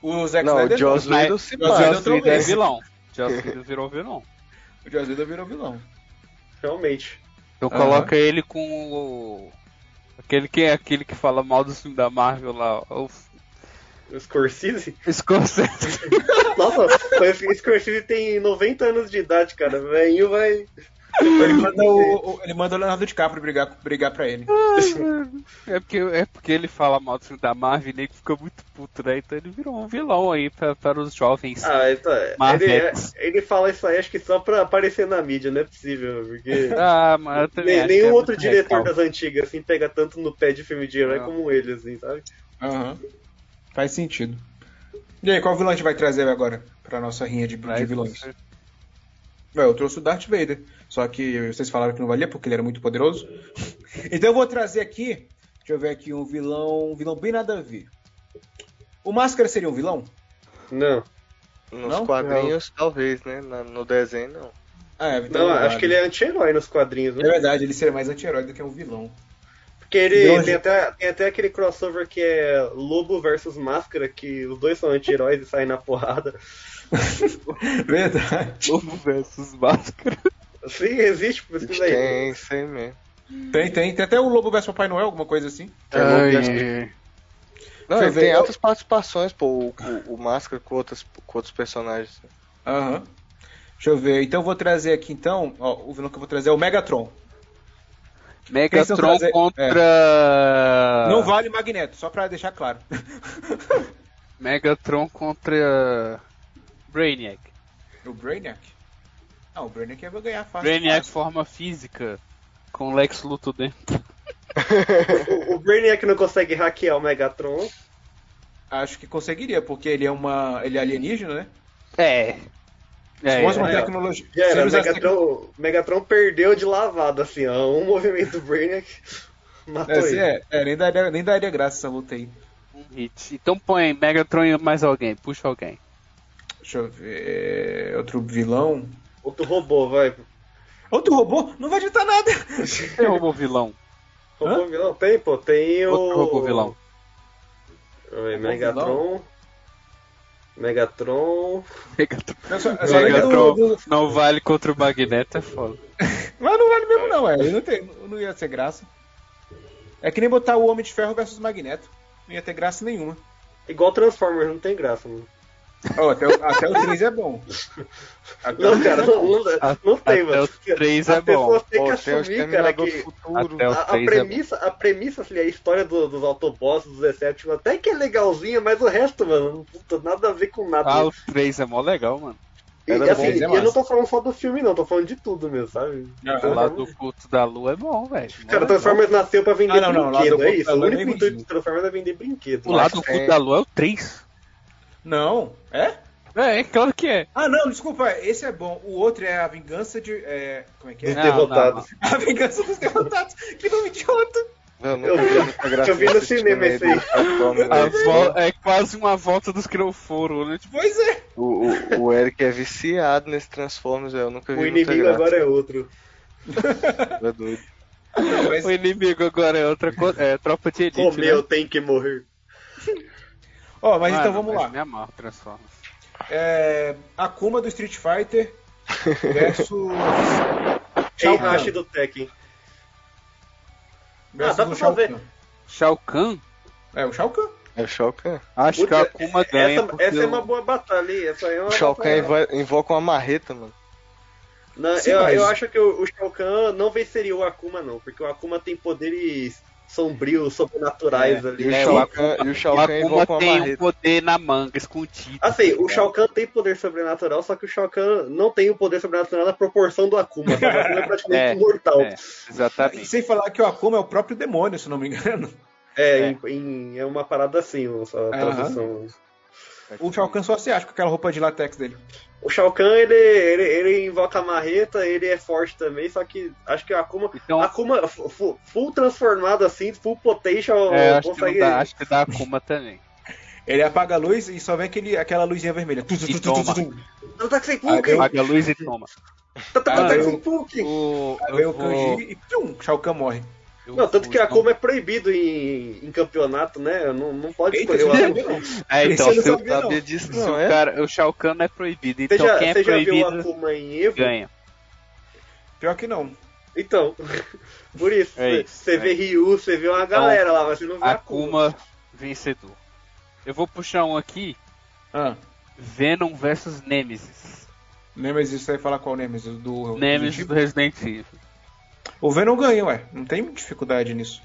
B: O Zack
E: Não, o
B: Snyder
E: Joss
C: Mas-
E: Whedon se
B: é Joss
E: passa.
B: Whedon
C: Joss
B: outra
C: Whedon é
B: vez.
C: vilão. Joss Whedon virou vilão.
B: O Joss Whedon virou vilão.
D: Realmente.
C: Então
B: Aham.
C: coloca ele com o... Aquele que é aquele que fala mal do filme da Marvel lá, o
D: O Scorsese?
C: Scorsese.
D: <laughs> Nossa, mas o Scorsese tem 90 anos de idade, cara. Velhinho vai.
B: Ele manda o, o- ele manda o Leonardo DiCaprio brigar, brigar pra ele.
C: É porque, é porque ele fala mal do filme da Marvel e nego fica muito puto, né? Então ele virou um vilão aí pra, para os jovens.
D: Ah, então.
C: Marvel.
D: Ele, é- ele fala isso aí, acho que só pra aparecer na mídia, não é possível, porque.
C: <laughs> Ah, mas eu também
D: Nem,
C: acho que
D: nenhum
C: é
D: outro
C: muito
D: diretor
C: recalque.
D: das antigas, assim, pega tanto no pé de filme de herói
C: Não.
D: como ele, assim, sabe?
B: Aham. Faz sentido. E aí, qual vilão a gente vai trazer agora pra nossa rinha de, de vilões? Ué, eu trouxe o Darth Vader. Só que vocês falaram que não valia porque ele era muito poderoso. Então eu vou trazer aqui. Deixa eu ver aqui um vilão. Um vilão bem nada a ver. O Máscara seria um vilão?
D: Não.
E: Nos
B: Não? é
E: quadrinhos, talvez, né? Na- no desenho, não.
B: Ah, é, então
D: Não,
B: é
D: acho
B: verdade.
D: que ele é anti-herói nos quadrinhos,
B: É
D: né?
B: verdade, ele seria mais anti-herói do que um vilão. <laughs>
D: Porque ele
B: Não,
D: tem,
B: gente.
D: até, tem até aquele crossover que é Lobo versus Máscara, que os dois são anti-heróis e saem na porrada.
B: Verdade.
C: Lobo <laughs> versus Máscara.
D: Sim, Assim, existe, por isso que daí.
E: Tem, isso aí mesmo.
B: Tem, tem. Tem até o Lobo versus Papai Noel, alguma coisa assim.
E: Não,
B: Deixa eu
E: ele tem
B: ver,
E: altas participações, pô, o, o, o Máscara com outros, com outros personagens.
B: Aham. Deixa eu ver. Então eu vou trazer aqui, então. Ó, o vilão que eu vou trazer é o Megatron. Quem são
C: Megatron
B: trazer-
C: contra.
B: é. Não vale Magneto, só pra deixar claro. <laughs>
C: Megatron contra. Brainiac.
B: o Brainiac? Ah, o Brainiac vai ganhar fácil.
C: Brainiac forma física. Com Lex Luthor dentro.
D: O, o Brainiac não consegue hackear o Megatron.
B: Acho que conseguiria, porque ele é uma. ele é alienígena, né?
C: É.
B: Se
C: É,
B: fosse
C: é.
B: uma
D: é.
B: tecnologia.
D: Já
B: se
D: era,
B: ele
D: o
B: usasse tec-
D: Megatron, o Megatron perdeu de lavada, assim, ó. Um movimento do Brainiac <laughs> matou
B: É, se-
D: ele.
B: é, é, nem daria, nem daria graça essa luta aí.
C: Um hit. Então põe Megatron e mais alguém. Puxa alguém.
B: Deixa eu ver. é, Outro vilão.
D: Outro robô, vai.
B: Outro robô? Não vai adiantar nada! É
C: Tem um robô vilão.
D: Robô vilão tem, pô. Tem o.
C: Outro robô vilão.
D: Oi, Megatron. Megatron.
C: Megatron.
B: Eu só- eu É só lembro
C: Megatron
B: do- do-
C: não vale contra o Magneto, é foda.
B: Mas não vale mesmo, não, é. Ele Não, tem, não ia ter graça. É que nem botar o Homem de Ferro versus Magneto. Não ia ter graça nenhuma.
D: Igual Transformers, não tem graça, mano.
B: Ó, até, o, até o 3 é bom. Até o
D: Não, cara, não, não, não
C: até
D: tem, mano.
C: o três
D: As
C: é bom.
D: pessoas têm que
E: Pô, tem o
D: assumir, cara,
E: Exterminador do
D: que.
E: Futuro.
C: Até o-
D: A, a
C: 3 é
D: premissa, a premissa, assim, a história do- dos Autobots, dos Decepticons, até que é legalzinha, mas o resto, mano, puta, nada a ver com nada.
C: Ah, o 3 é mó legal, mano.
D: e,
B: era
D: assim,
B: bom, é
D: e eu
B: massa.
D: não tô falando só do filme, não, tô falando de tudo mesmo, sabe? Então,
B: Não,
C: O lado do culto da lua é bom, velho. Mó
D: Cara,
C: legal.
D: Transformers nasceu pra vender
B: Ah, não, não, lá
D: brinquedo,
B: do
D: é
B: Copa
D: isso.
B: da
D: O
B: Lua
D: único
B: nem
D: intuito
B: vendia.
D: do Transformers é vender brinquedo.
C: O lado do
E: tem-
C: culto da lua é o 3.
B: Não, é?
C: É, é claro que é.
B: Ah, não, desculpa, esse é bom. O outro é a vingança de. é, como é que é?
D: Dos
C: Não,
D: derrotados.
B: <laughs> A vingança dos derrotados. Que nome idiota!
E: <laughs> Eu nunca
D: Eu vi-
E: vi muita graça
D: eu vi no
E: nesse
D: cinema
E: filme
D: esse
E: aí
D: aí.
E: do Transformers,
C: A
E: né?
C: vo- É quase uma volta dos que não foram, né? Tipo,
B: Pois é!
E: O, o, o Eric é viciado nesse Transformers, eu nunca vi
D: O
E: muita
D: inimigo
E: graça.
D: agora é outro.
E: Tu é doido.
B: Não, mas,
C: o inimigo agora é outra co- é, tropa de elite.
D: O meu
C: né?
D: tem que morrer.
B: ó, mas então
C: Mano,
B: vamos
C: mas
B: lá.
C: Me amarro, Transformers.
B: É, Akuma do Street Fighter <laughs> versus. Tchau,
D: Tchau, Hashi
B: Kahn.
D: do Tekken.
B: versus
D: dá pra
B: o Shao
D: fazer.
B: Kahn.
C: Shao Kahn?
B: É, o Shao Kahn.
E: É o Shao Kahn.
C: Acho que a
D: Putz,
C: Akuma ganha.
D: essa
C: porque
D: essa é
C: eu-
D: uma boa batalha, hein? Essa aí é uma
E: O Shao Kahn
D: batalha.
E: invo- invoca uma marreta, mano.
D: Não,
B: Sim,
D: eu,
B: mas-
D: eu acho que o, o Shao Kahn não venceria o Akuma, não, porque o Akuma tem poderes sombrios, sobrenaturais
C: É,
E: E
D: ali.
E: o
D: Assim,
C: É,
E: Shao
C: o
E: Kahn, e o Shao
C: O
E: Kahn
C: Akuma
E: invoca uma
C: tem um
E: marreta.
C: poder na manga, escondido.
B: Ah,
D: Assim, o Shao Kahn tem poder sobrenatural, só que o Shao Kahn não tem o poder sobrenatural na proporção do Akuma. sabe? O Akuma é praticamente
C: <laughs> É,
D: imortal.
C: é.
D: É,
B: E
C: Exatamente.
B: sem falar que o Akuma é o próprio demônio, se não me engano. <laughs>
C: É.
D: Em, em- é uma parada assim, a tradução.
B: O Shao Kahn só se acha com aquela roupa de latex dele.
D: O Shao Kahn, ele, ele, ele invoca a marreta, ele é forte também, só que acho que o Akuma.
C: Então,
D: Akuma fu- fu- full transformado assim, full potential,
C: é, acho, que não
D: consegue.
C: dá, acho que dá Akuma
D: <laughs>
C: também.
B: Ele apaga a luz e só vem aquele, aquela luzinha vermelha. Tu, tu, tu, tu, <laughs> tu, tu.
D: Tataksen
B: Aí
D: Pulk!
C: Paga a luz e
D: <laughs>
C: toma.
D: Tataksen Pulk!
C: O,
B: Aí vem
C: eu
B: o
C: vou,
B: Kanji e pum, Shao Kahn morre.
C: eu
D: Não, tanto
C: vou-
D: que a Akuma é proibido em, em campeonato, né? Não, não pode
B: Eita,
D: escolher o
B: você não
D: Akuma.
B: sabia, não.
C: É, então,
B: Esse eu
C: se
B: não
C: o,
B: sabia, não.
E: Sabia disso,
C: se
E: não
C: o
E: é?
C: cara, o Shao Kahn não é proibido. Então,
D: Você já,
C: quem é
D: você já viu o
C: proibido
D: Akuma em Evo?
C: ganha.
B: Pior que não.
D: Então, <laughs> por isso,
C: É
D: você-
C: isso,
D: você
C: é.
D: vê Ryu, você vê uma galera lá, mas você não vê Akuma.
C: Akuma vencedor. Eu vou puxar um aqui:
B: Ah,
C: Venom versus Nemesis.
B: Nemesis, você vai falar qual Nemesis? Do,
C: Nemesis
B: do...
C: do Resident Evil.
B: O Venom ganha, ué. Não tem dificuldade nisso.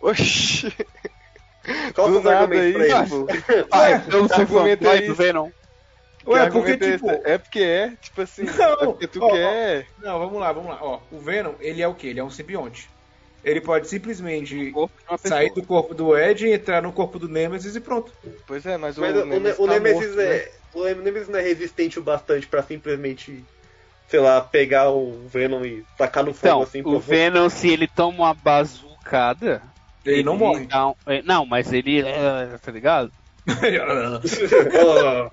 E: Oxi!
D: Qual
E: do
D: os
E: nada aí, tipo,
D: argumentos pra ele?
E: pô.
C: Vai, então,
B: Ué,
D: tá
C: eu sou
E: argumento
C: fanboy
E: é
C: do
E: esse?
C: Venom.
B: Ué,
E: Que
B: porque
E: argumento é
B: tipo...
E: esse? É porque é, tipo assim,
B: Não,
E: é porque tu
B: ó,
E: quer.
B: Não, vamos lá, vamos lá. Ó, o Venom, ele é o quê? Ele é um simbionte. Ele pode simplesmente
C: corpo de uma pessoa.
B: sair do corpo do Ed, entrar no corpo do Nemesis e pronto.
E: Pois é, mas,
D: Mas
E: o,
D: o, Ne-
E: Nemesis
D: o
E: tá
D: Nemesis
E: morto, né?
D: é. O Nemesis não é resistente o bastante pra simplesmente, sei lá, pegar o Venom e tacar no fogo
C: Então,
D: assim.
C: o
D: pô.
C: Venom, se ele toma uma bazucada,
B: Ele, não morre. <laughs>
C: dá um- é, não, mas ele. é, Tá ligado?
D: Ó,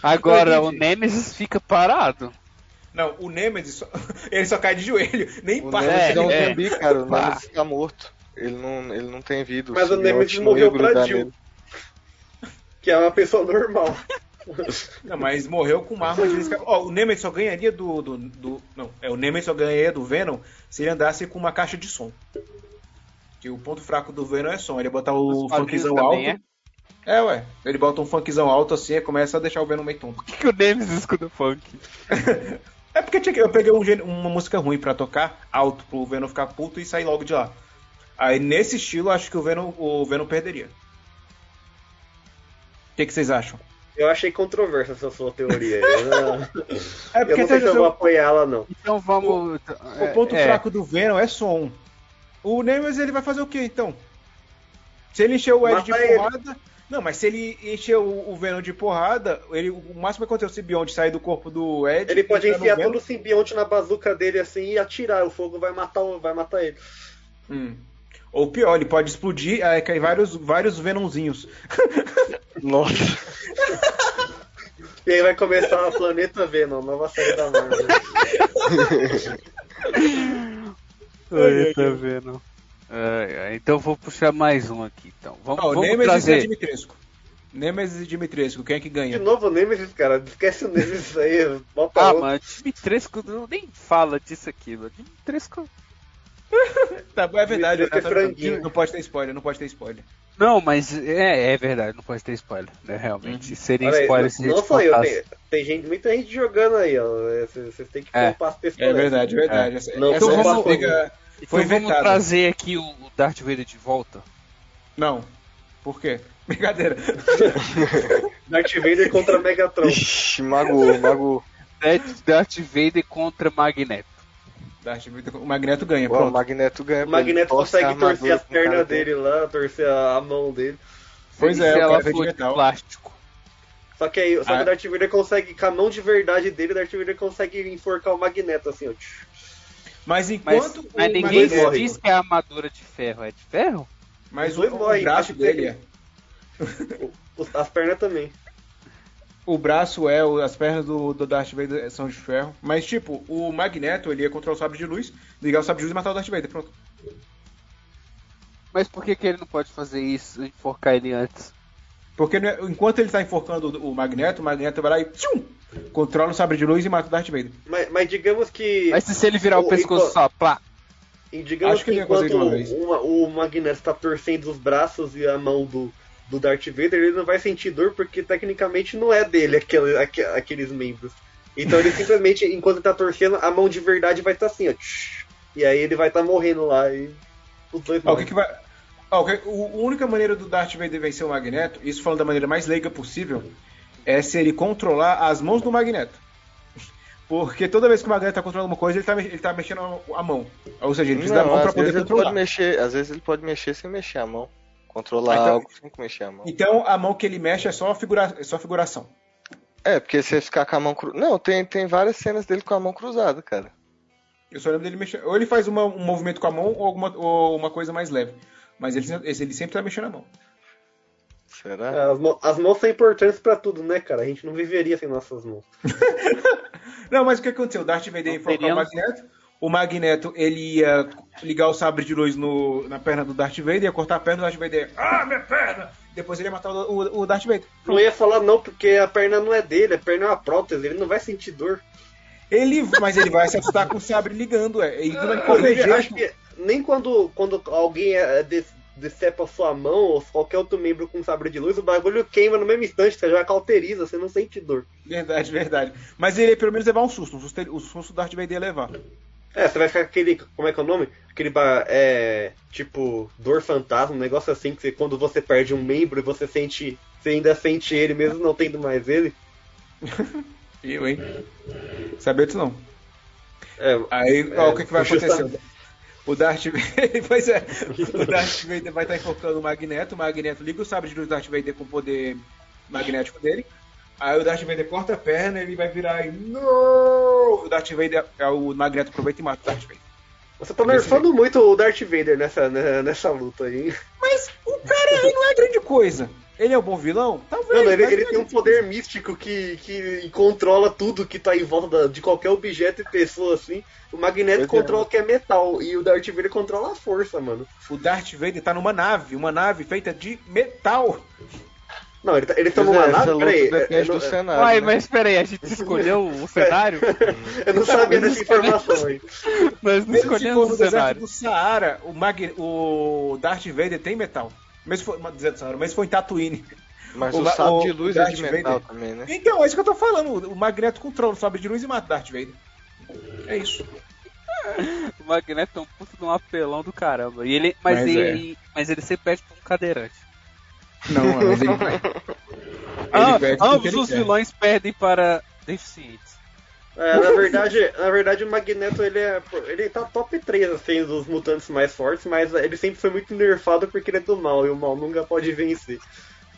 C: Agora,
B: Eu
C: o
B: entendi.
C: Nemesis fica parado.
B: não, o Nemesis, só- <laughs> ele só cai de joelho. Nem
E: O
B: passa.
E: Nemesis é, um
C: é.
E: zumbi, cara. O
C: Pá.
E: Nemesis tá morto. Ele não, ele não tem vida. é
D: Mas o
E: simbionte
D: Nemesis
E: não
D: morreu
E: ia grudar
D: pra Jill.
E: nele.
D: <laughs> que é uma pessoa normal.
B: Não, mas morreu com uma arma de risca. Ó, o Nemesis só ganharia do, do, do- Não, é, o Nemesis só ganharia do Venom se ele andasse com uma caixa de som. Que o ponto fraco do Venom é som. Ele botar o
C: Os quadrinhos
B: funkzão alto.
C: também,
B: É? ué. Ele bota um funkzão alto assim e começa a deixar o Venom meio tonto.
C: Por que, que é. <laughs> o Nemesis escuta funk?
B: É porque tinha que- eu peguei um gênero- uma música ruim pra tocar, alto, pro Venom ficar puto e sair logo de lá. Aí nesse estilo, acho que o Venom, o Venom perderia. O que, que vocês acham?
D: Eu achei controversa essa sua teoria. Eu não,
B: É
D: eu não sei se eu vou apoiá-la, não.
C: Então vamos.
B: O ponto
C: é,
B: fraco do Venom é som. O Nemesis ele vai fazer o que então? Se ele encher o Ed de
D: Mata ele.
B: porrada. Não, mas se ele encher o, o Venom de porrada, ele, o máximo que aconteceu é o simbionte sair do corpo do Ed.
D: Ele pode
B: entrar tá no
D: enfiar
B: Venom.
D: todo o simbionte na bazuca dele assim e atirar. O fogo vai matar, o- vai matar ele.
B: Hum. Ou pior, ele pode explodir, aí cai vários, vários Venomzinhos.
E: Nossa.
D: E aí vai começar a Planeta Venom, nova série da Marvel.
C: Ai, tá vendo? Ai, ai, então vou puxar mais um aqui. Então. Vamos,
B: Ah, o
C: vamos
B: Nemesis e
C: trazer.
B: Dimitrescu. Nemesis e Dimitrescu, quem é que
D: De
B: ganha?
D: novo o Nemesis, cara. Esquece o Nemesis aí. Bota
C: Ah,
D: outro.
C: mano, Dimitrescu não nem fala disso aqui, mano. Dimitrescu.
B: Tá, é verdade,
D: Dimitrescu é
B: eu tava-
D: franguinho.
B: não pode ter spoiler, não pode ter spoiler.
C: Não, mas é, é verdade, não pode ter spoiler, né?
B: Uhum.
C: Realmente. Seria
D: Olha aí,
C: spoiler se a
D: não
C: gente
D: sou eu,
C: contasse.
D: tem, tem gente, muita gente jogando aí, ó. Vocês têm que
C: É.
D: poupar as pessoas.
B: É verdade, é verdade. Essa,
D: Não,
B: essa,
C: então
B: essa
C: vamos-
B: briga
C: Então
B: foi
C: vamos
B: inventada.
C: trazer aqui o o Darth Vader de volta.
B: Não. Por quê? Brincadeira.
D: Darth Vader contra Megatron.
E: Ixi, magoou, magoou.
C: Darth- Darth Vader contra Magneto.
B: Darth Vader- O Magneto ganha,
E: Ó, o
B: pronto.
E: Magneto ganha.
D: O Magneto
E: Nossa, a
D: consegue
E: armadura
D: torcer as
E: que o cara
D: pernas
E: tem.
D: dele lá, torcer a, a mão dele.
B: Pois
C: Se
B: é, o
C: ela
B: cara é de
C: for de
B: metal.
C: plástico.
D: Só que aí, só que
B: Ah.
D: o Darth Vader consegue, com a mão de verdade dele, o Darth Vader consegue enforcar o Magneto assim, ó. Tch.
B: Mas
C: Mas,
B: enquanto o
C: mas ninguém
B: Magneto-
D: morre.
C: diz que a armadura de ferro é de ferro?
B: Mas o,
D: Dois morrem,
B: o braço
D: acho que tem.
B: dele é.
D: Os- As pernas também.
B: O braço é, o- as pernas do, do Darth Vader são de ferro. Mas, tipo, o Magneto ele ia controlar o sabre de luz, ligar o sabre de luz e matar o Darth Vader. Pronto.
C: Mas por que, que ele não pode fazer isso, enforcar ele antes?
B: Porque né, enquanto ele tá enforcando o o Magneto, o Magneto vai lá e tchum, controla o sabre de luz e mata o Darth Vader.
D: Mas, mas digamos que.
C: Mas e se ele virar o
D: O-
C: pescoço
D: enquanto-
B: então
C: só, plá,
D: E digamos
B: Acho que
D: que,
B: ele ia
D: enquanto
B: conseguir de uma vez.
D: uma- o Magneto tá torcendo os braços e a mão do, do Darth Vader, ele não vai sentir dor porque tecnicamente não é dele aquele, aque- aqueles membros.
C: <laughs>
D: Então ele simplesmente, enquanto ele tá torcendo, a mão de verdade vai estar assim, ó. tsh, E aí ele vai estar morrendo lá e os dois
B: Ó, Ah, o que
D: morrem.
B: que vai... ó, o que- o- a única maneira do Darth Vader vencer o Magneto, isso falando da maneira mais leiga possível, é se ele controlar as mãos do Magneto. Porque toda vez que o Magneto tá controlando alguma coisa, ele tá, me- ele tá mexendo a mão. Ou seja, ele precisa da mão pra
E: às
B: poder
E: vezes ele
B: controlar.
E: pode mexer, às vezes ele pode mexer sem mexer a mão. Controlar
B: Ah, então-
E: algo sem mexer a mão.
B: Então a mão que ele mexe é só, figura... é só figuração.
E: É, porque se ele ficar com a mão cruzada. Não, tem, tem várias cenas dele com a mão cruzada, cara.
B: Eu só lembro dele mexer. Ou ele faz uma- um movimento com a mão ou, alguma, ou uma coisa mais leve. Mas ele, se- ele sempre tá mexendo a mão.
E: Será?
D: As, mão- as mãos são importantes pra tudo, né, cara? A gente não viveria sem nossas mãos.
B: Não, mas o que aconteceu? O Darth Vader
C: Não
B: enforcou o
C: teríamos-
B: Magneto. O Magneto, ele ia ligar o sabre de luz no- na perna do Darth Vader, ia cortar a perna do Darth Vader. Ah, minha perna! Depois ele ia matar o, o- o Darth Vader.
D: Não ia falar não, porque a perna não é dele, a perna é uma prótese, ele não vai sentir dor.
B: Ele, mas ele vai se assustar com o sabre ligando, é. E não é
D: <laughs> Eu
B: qualquer
D: vejo, acho
B: jeito.
D: que nem quando, quando alguém é, de- decepa a sua mão ou qualquer outro membro com sabre de luz, o bagulho queima no mesmo instante, você já cauteriza, você não sente dor.
B: Verdade, verdade. Mas ele ia pelo menos levar um susto. Um susto, ele- o susto do Darth Vader ia levar.
D: É, você vai ficar com aquele. Como é que é o nome? Aquele. ba- É, tipo, dor fantasma, um negócio assim que você- quando você perde um membro e você sente. Você ainda sente ele mesmo não tendo mais ele.
B: Eu, hein? Saber disso não.
D: É,
B: Aí, ó, o que, que vai
D: É, justamente.
B: acontecer? O Darth <laughs> Vader, pois
D: <laughs>
B: é, o Darth Vader vai estar enforcando o Magneto, o Magneto liga o sabre de luz do Darth Vader com o poder magnético dele. Aí o Darth Vader corta a perna, ele vai virar e não! O Darth Vader, é o Magneto aproveita e mata o Darth Vader.
D: você tá nerfando muito o Darth Vader nessa, né, nessa luta aí.
B: Mas o cara ele não é grande coisa. Ele é um bom vilão? Talvez.
D: Mano, ele,
B: mas
D: ele
B: não é
D: tem um
B: grande
D: poder místico que, que controla tudo que tá em volta da- de qualquer objeto e pessoa assim. O Magneto
E: Pois é.
D: controla o que é metal e o Darth Vader controla a força, mano.
B: coisa. O Darth Vader tá numa nave, uma nave feita de metal.
D: Não, ele tá, ele tá
E: Pois
D: numa
E: é, essa
D: nave,
E: luta
D: peraí. é,
E: depende
D: Eu, eu,
E: do
D: não-
E: cenário.
C: Uai,
E: né?
C: mas peraí, a gente escolheu
B: <laughs>
C: o cenário?
D: eu não
E: tá <laughs>
D: sabia dessa informação aí.
C: Nós
B: Mesmo
C: não
B: se
C: escolhemos
B: for
C: o
B: no deserto tipo
C: cenário.
B: do Saara, o, Mag... o Darth Vader tem metal. Mesmo se for, mas deserto do Saara, mesmo se for em <laughs> Tatooine.
E: Mas
B: o
E: o,
B: Ma-
E: sabre de
B: o
E: luz é
B: Darth
E: de metal
B: Vader.
E: também, né?
B: Então, é isso que eu tô falando. O Magneto controla o sabre de luz e mata o Darth Vader. É isso.
C: O Magneto é um puto de um apelão do caramba. E ele, mas,
B: Mas
C: ele, mas ele sempre pede pra um cadeirante.
B: Não, mas <laughs> ele...
C: Ah,
B: perde porque
C: ambos
B: ele
C: os
B: quer.
C: vilões perdem para deficientes.
D: É, na verdade, na verdade o Magneto ele é, ele tá top 3 assim dos mutantes mais fortes, mas ele sempre foi muito nerfado porque ele é do mal e o mal nunca pode vencer.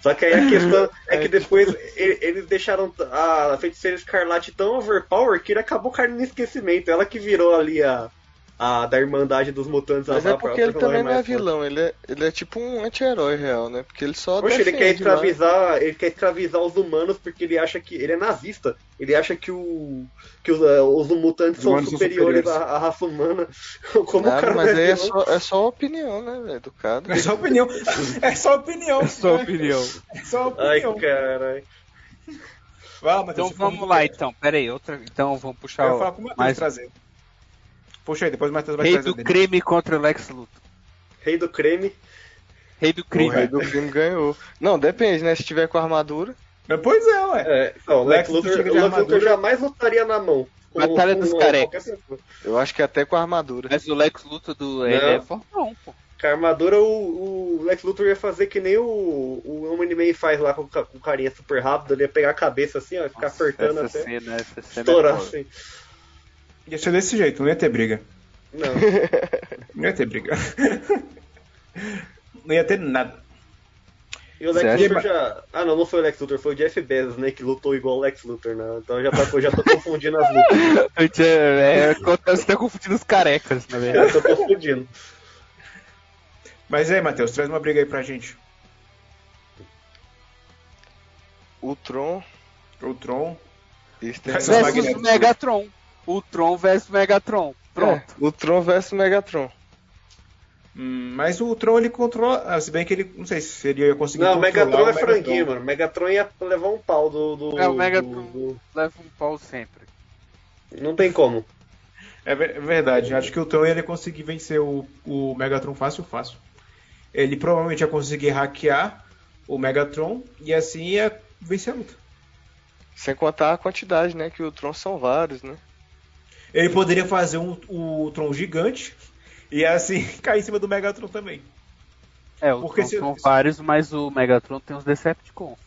D: Só que aí a questão é que depois ele- eles deixaram t- a feiticeira escarlate tão overpower que ele acabou caindo no esquecimento. Ela que virou ali a, a da Irmandade dos Mutantes.
E: Mas
D: a,
E: é
D: a-
E: porque
D: a-
E: ele também não é
D: mais né? forte.
E: vilão, ele é, ele é tipo um anti-herói real, né? Porque ele só.
D: Poxa, ele quer
E: defende lá.
D: escravizar, ele quer escravizar os humanos porque ele acha que ele é nazista. Ele acha que o que os, eh, os mutantes
B: Os
D: são
B: humanos são
D: superiores à,
B: superiores.
D: à raça humana. <laughs> Como o
E: Nada,
D: cara
E: mas
D: não
E: aí
D: é
E: é
D: vilão?
E: só, é só opinião, né, velho, do cara.
B: É só opinião. É só opinião.
C: É sua
B: né?
C: opinião.
B: É só
D: Ai,
B: opinião.
D: caralho.
B: Vai, Matheus,
C: Então
B: você
C: vamos
B: falou-
C: lá, então. Pera aí, outra. Então vamos
B: Eu
C: puxar
B: ia
C: o
B: falar pro Matheus
C: mais-
B: trazer. Puxa aí, depois o Matheus vai
C: Rei
B: trazer
C: do
B: dele.
C: crime contra o Lex Luthor.
D: Rei do creme.
C: Rei do
E: O
C: crime.
E: rei do crime ganhou. Não, depende, né? Se tiver com armadura.
B: Mas, Pois é, ué.
D: É, não, o Lex
B: Lex
D: Luthor,
B: Luthor chega de
D: o Lex Luthor
B: armadura.
D: jamais lutaria na mão. Com-
C: Batalha
D: com
C: dos
D: qualquer
C: carecas.
D: pessoa.
E: Eu acho que até com armadura.
C: Mas o Lex Luthor do ele é fortão, pô.
D: Com a armadura, o, o Lex Luthor ia fazer que nem o, o Omni-Man faz lá com, o ca- com o carinha super rápido. Ele ia pegar a cabeça assim, ó, e ficar apertando
C: essa
D: até
C: cena, essa cena
D: estourar
C: é foda.
D: assim.
B: Ia ser desse jeito, não ia ter briga.
D: Não.
B: Não ia ter briga. <laughs> não ia ter nada.
D: E o Lex
E: Zé,
D: Luthor
B: ele-
D: já. Ah, não, não foi o Lex Luthor, foi o Jeff Bezos, né? Que lutou igual o Lex Luthor, né? Então já, tá, eu já tô confundindo as lutas.
C: <laughs>
D: né?
C: Eu te- é, você tá confundindo os carecas, né, na verdade.
D: Já tô confundindo.
B: Mas aí, Matheus, traz uma briga aí pra gente.
E: <laughs> O Tron
B: O Tron.
E: e
B: Versus
E: Exterminador.
C: versus
B: Magneto.
C: o Megatron. O Tron versus o Megatron. Pronto.
E: É, o Tron versus o Megatron.
B: Hum, mas o Tron ele controla. ah, Se bem que ele. Não sei se ele ia conseguir.
D: Não, o
B: controlar
D: Megatron é franguinho,
B: franguinho,
D: mano. O Megatron ia levar um pau do. do
C: É, o
D: do-
C: Megatron.
D: do-
C: Leva um pau sempre.
D: Não tem como.
B: É ver- é verdade. Acho que o Tron ele ia conseguir vencer o, o Megatron fácil, fácil. Ele provavelmente ia conseguir hackear o Megatron e assim ia vencer a luta.
E: Sem contar a quantidade, né? Que o Tron são vários, né?
B: Ele poderia fazer um, o Tron gigante e assim <laughs> cair em cima do Megatron também.
C: É, o
B: Porque
C: Tron
B: se-
C: são vários, mas o Megatron tem os Decepticons.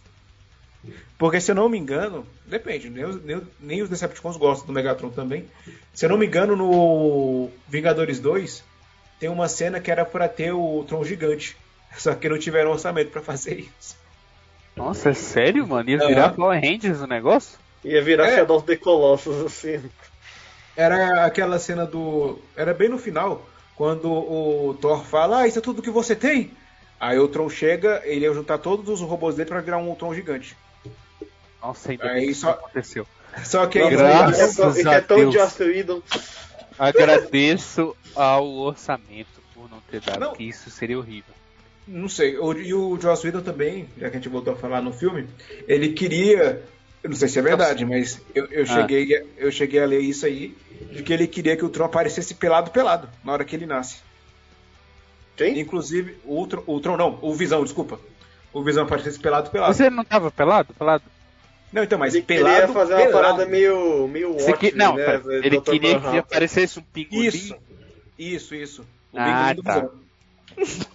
B: Porque se eu não me engano, depende, nem os, nem, nem os Decepticons gostam do Megatron também. Se eu não me engano, no Vingadores 2 tem uma cena que era pra ter o Tron gigante. <laughs> Só que não tiveram orçamento pra fazer isso.
C: Nossa, é sério, mano? Ia
B: Aham.
C: virar Power Rangers o negócio?
D: Ia virar
B: É.
D: Shadow of the Colossus, assim.
B: Era aquela cena do. Era bem no final, quando o Thor fala: Ah, isso é tudo que você tem? Aí o Tron chega, ele ia juntar todos os robôs dele pra virar um Tron gigante. <laughs>
C: Nossa, ainda
B: Aí
C: bem que isso
B: só-
C: não aconteceu.
B: Só que aí
C: Graças
D: Isso é tão- isso é
C: a
D: tão
C: Deus.
D: Joss Whedon.
C: Agradeço ao orçamento por não ter dado,
B: Não.
C: que isso seria horrível.
B: Não sei. O- e o Joss Whedon também, já que a gente voltou a falar no filme, ele queria. Eu não sei se é verdade, mas eu, eu
C: Ah.
B: cheguei, a- eu cheguei a ler isso aí, de que ele queria que o Tron aparecesse pelado pelado na hora que ele nasce.
D: Quem?
B: Inclusive, o, Tron- o Tron não, o Visão, desculpa. O Visão aparecesse pelado pelado.
C: Você não tava pelado? Pelado?
B: Não, então, mas
D: Ele
B: pelado.
D: queria fazer uma
B: pelado.
D: parada meio, meio
C: Você que...
D: Watchmen,
C: Não,
D: né?
C: pera, ele
D: Dr.
C: queria que
D: Manhattan.
C: aparecesse um pinguim.
B: Isso. Isso, isso. O
C: Ah,
B: Benjamin do
C: tá.
B: Visão.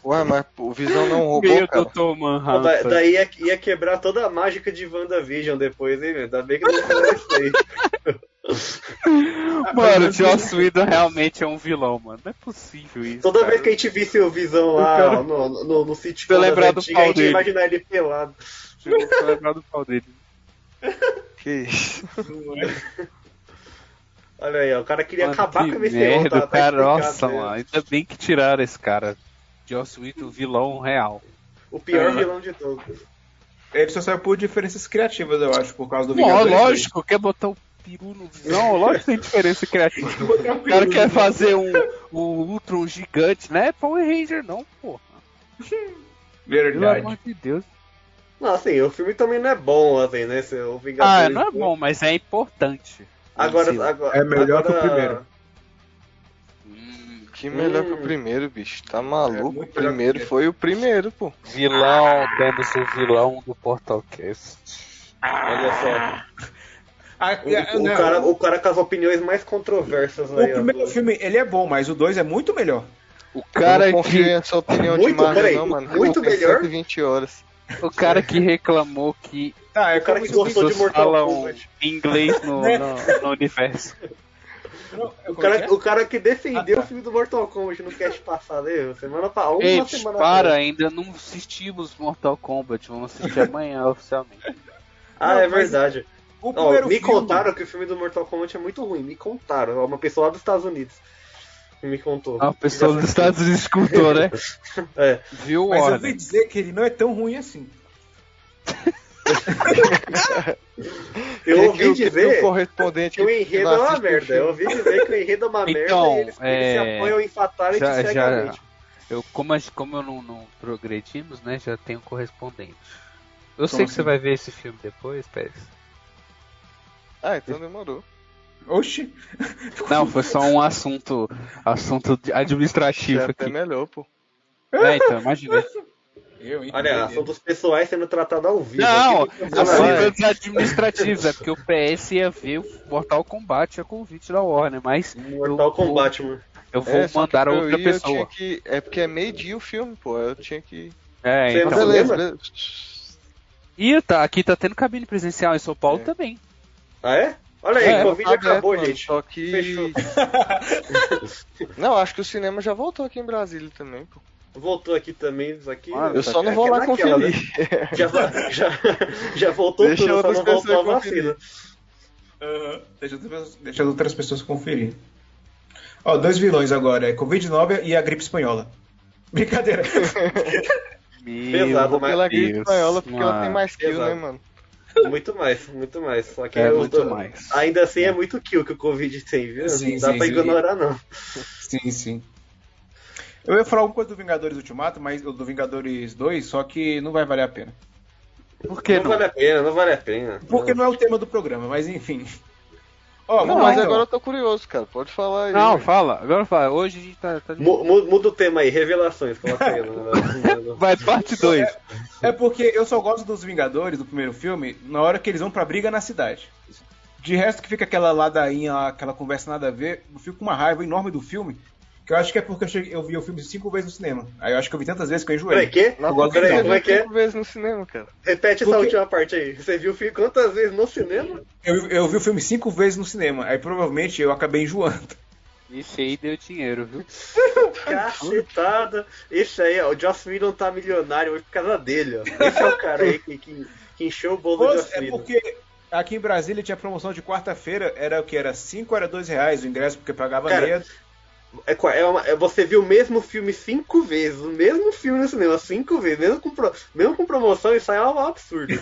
E: Ué, mas o Visão não
C: Meu
E: roubou, cara.
C: Dr.
D: Pô, da-
C: Manhattan.
D: daí ia, ia quebrar toda a mágica de WandaVision depois, hein, velho? Ainda bem que não foi isso aí.
C: Mano, o Joss Whedon realmente é um vilão, mano. Não é possível isso.
D: Toda
C: cara.
D: vez que a gente visse o Visão lá
C: cara-
D: no, no, no sitcom
C: Eu
D: das
C: lembrar do
D: antigas,
C: pau
D: a gente ia
C: dele.
D: imaginar ele pelado.
C: Eu vou lembrar do pau
D: <laughs>
C: dele.
E: Que isso.
D: Olha aí, ó, o cara queria
C: Mano,
D: acabar
C: que
D: com o MCU,
C: merda,
D: tá, tá
C: cara.
D: explicado,
C: Nossa,
D: né?
C: mano. Ainda bem que tiraram esse cara. Joss Whedon, vilão real.
D: O pior
B: É.
D: vilão de todos.
B: Ele só saiu por diferenças criativas, eu acho, por causa do
C: Ó,
B: Vingadores.
C: lógico, quer botar o peru no
D: <laughs>
C: visão, lógico que tem diferença criativa.
D: um
C: O cara quer fazer um, um Ultron gigante, né? Power Ranger não, porra. Pelo amor
B: Verdade.
C: de Deus.
D: Não, assim, o filme também não é bom, assim, né? esse- O Vingadores.
C: Ah, não é bom, mas é importante.
D: Agora,
C: Sim.
D: agora-
B: É melhor que o
D: agora-
B: primeiro.
C: Hum,
E: Que melhor que
D: Hum.
E: o primeiro, bicho. Tá maluco? o
B: muito melhor que o
E: primeiro
B: primeiro.
E: foi o primeiro, pô.
C: vilão, temos o vilão do Portalcast.
D: Olha só.
B: Ah,
D: O,
B: é,
D: o
C: né,
B: não,
D: cara, o cara com as opiniões mais controversas
B: O
D: aí. ó.
B: primeiro filme, ele é bom, mas o dois é muito melhor.
C: O
E: Cara,
C: cara
E: eu não confio
C: que,
E: em sua opinião
D: Muito,
E: de Marvel,
D: peraí,
E: não, mano.
D: muito
E: Eu tenho
D: melhor?
E: 120 horas.
C: o cara que reclamou que
B: Tá, é
D: O cara
B: como
D: que
B: se
D: gostou
B: o
D: de
C: pessoas
D: Mortal
C: falam
D: Kombat.
C: inglês
D: <laughs>
C: no,
B: Né?
C: no- no universo.
D: O
B: é
C: é
D: cara, o cara que defendeu
C: Ah,
D: o filme do Mortal Kombat no cast passado, aí, semana pra uma
C: Ei,
D: semana
C: para,
D: atrás.
C: ainda não assistimos Mortal Kombat, vamos assistir amanhã oficialmente. <laughs>
D: Ah,
B: Não,
D: é
B: mas-
D: verdade.
B: o
D: Ó, me
B: filme- é
D: contaram que o filme do Mortal Kombat é muito ruim. Me contaram. Ó, Uma pessoa lá dos Estados Unidos me
E: Ah,
D: contou.
C: A pessoa dos Estados Unidos escutou, né?
D: É.
C: Viu,
B: Mas eu
C: Warner?
B: ouvi dizer que ele não é tão ruim assim.
D: Eu
E: É que
D: ouvi
E: o- que
D: dizer
E: O correspondente
D: que o
E: que
D: enredo
E: não
D: é uma
E: assiste o
D: merda. Eu
E: filme-
D: ouvi dizer que o enredo é uma merda
C: Então,
D: e eles, eles se
C: é,
D: apoiam em Fatality
C: já- já-
D: cegamente.
C: Eu, como, a- como eu não, não progredimos, né? Já tenho correspondente. Eu sei que
B: assim?
C: você vai ver esse filme depois, Pérez.
E: Ah, então demorou.
B: Oxi.
C: Não, foi só um assunto, assunto de-
E: É
C: administrativo
E: até
C: aqui.
E: melhor, pô.
C: É, então,
E: <laughs>
C: imagina.
B: Eu, hein?
D: Olha, assuntos pessoais sendo tratados ao vivo.
C: Não,
D: Aqui que funciona,
C: assuntos administrativos, é porque o PS ia ver o Mortal Kombat a convite da Warner, mas
D: né? Mortal Kombat, mano.
C: eu vou
E: É, só que
C: mandar a
E: pra eu
C: outra
E: ir, eu tinha
C: pessoa.
E: que- É porque é meio-dia o filme, pô. Eu tinha que.
C: É,
D: Você
C: então.
E: Mas
D: não
E: beleza,
D: lembra?
E: beleza.
C: Ih, tá, aqui tá tendo cabine presencial em São Paulo
E: É.
C: também.
D: Ah, é? Olha aí,
C: É,
D: Covid
E: Tá aberto,
D: acabou,
E: mano,
D: gente.
E: Só que.
D: Fechou.
E: <laughs> não, acho que o cinema já voltou aqui em Brasília também, pô.
D: Voltou aqui também, isso aqui.
C: Ah,
E: Eu só não vou
D: É
E: lá
D: naquela, né?
E: conferir.
D: Já, já, já voltou
E: Deixa
D: tudo, só
E: outras
D: não voltou a
E: pessoas
D: vacina.
B: Aham. Deixa, as outras- deixa as outras pessoas conferir. Ó, dois vilões agora, é Covid-19 e a gripe espanhola. <laughs> Brincadeira.
C: Meu
D: Pesado,
C: Deus,
E: <laughs>
D: mas-
E: Pela gripe espanhola, porque ela tem
C: mano.
E: mais kill,
D: Exato.
E: né, mano?
D: Muito mais, muito mais. Só que
C: É
D: eu
C: muito
D: tô-
C: mais.
D: Ainda assim é muito kill que o Covid tem, viu?
B: Sim,
D: não dá
B: sim,
D: pra
B: sim.
D: ignorar, não.
B: sim, sim. Eu ia falar alguma coisa do Vingadores Ultimato, mas ou do Vingadores 2, só que não vai valer a pena.
C: Por que
D: não,
C: não?
D: vale a pena, não vale a pena.
B: Porque não é o tema do programa, mas enfim. Ó,
E: Não,
B: vamos lá
E: mas
B: então.
E: agora eu tô curioso, cara. Pode falar aí.
C: Não,
E: velho.
C: fala, agora fala. Hoje a gente tá. tá de- <laughs>
D: Mu- mu- Muda o tema aí, revelações. Coloca aí. no- no- no-
C: Vai, parte 2.
B: É porque eu só gosto dos Vingadores do primeiro filme na hora que eles vão pra briga na cidade. De resto que fica aquela ladainha, lá, aquela conversa nada a ver, eu fico com uma raiva enorme do filme, que eu acho que é porque eu, cheguei- eu vi o filme cinco vezes no cinema. Aí eu acho que eu vi tantas vezes que eu enjoei.
D: Peraí, quê?
E: Nossa,
B: gosto
D: Peraí,
B: de
D: como é que é?
E: cinco vezes no cinema, cara.
D: Repete essa
B: Porque-
D: última parte aí. Você viu o filme quantas vezes no cinema?
B: Eu, eu vi o filme cinco vezes no cinema, aí provavelmente eu acabei enjoando.
C: Esse aí deu dinheiro, viu?
D: Cacetada. Esse aí, ó. O Joss Whedon tá milionário hoje por causa dele, ó. Esse é o cara aí que, que, que encheu o bolo do Joss
B: é
D: Whedon.
B: porque aqui em Brasília tinha promoção de quarta-feira, era o que? Era cinco, era dois reais o ingresso, porque pagava
D: Cara,
B: meia.
D: É, qua- é uma- é- você viu o mesmo filme cinco vezes, o mesmo filme no cinema cinco vezes, mesmo com, pro- mesmo com promoção, isso aí é um absurdo.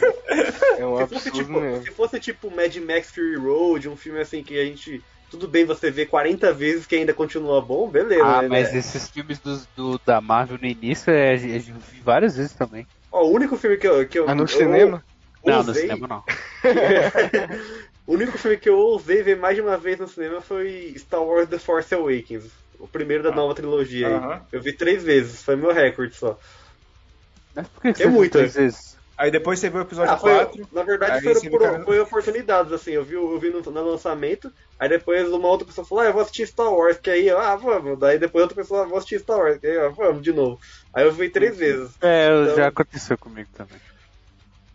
E: É um
D: se, fosse,
E: absurdo
D: tipo,
E: mesmo.
D: se fosse tipo Mad Max Fury Road, um filme assim que a gente. Tudo bem você vê 40 vezes que ainda continua bom, beleza.
C: Ah,
D: né?
C: mas esses filmes dos- do, da Marvel no início é, eu vi várias vezes também.
D: Ó, o único filme que eu. Que eu
E: Mas
D: eu
E: no cinema?
C: Ah, Não, no
D: usei- <laughs>
C: cinema não.
D: o único filme que eu ousei ver mais de uma vez no cinema foi Star Wars The Force Awakens. O primeiro da nova trilogia. aí.
B: Aham.
D: Eu vi três vezes, foi meu recorde só.
C: Mas por que que
D: É
C: você viu
D: muito,
C: três vezes?
B: Aí depois você vê o episódio
D: Ah, foi-
B: 4.
D: na verdade,
B: aí
D: foram
B: você
D: por,
B: fica-
D: foi oportunidades, assim. Eu vi, eu vi no, no lançamento, aí depois uma outra pessoa falou, ah, eu vou assistir Star Wars, que aí, eu, ah, vamos. Daí depois outra pessoa, ah, vou assistir Star Wars, que aí, ah, vamos, de novo. Aí eu vi três vezes.
C: É, eu-
D: Então-
C: já aconteceu comigo também.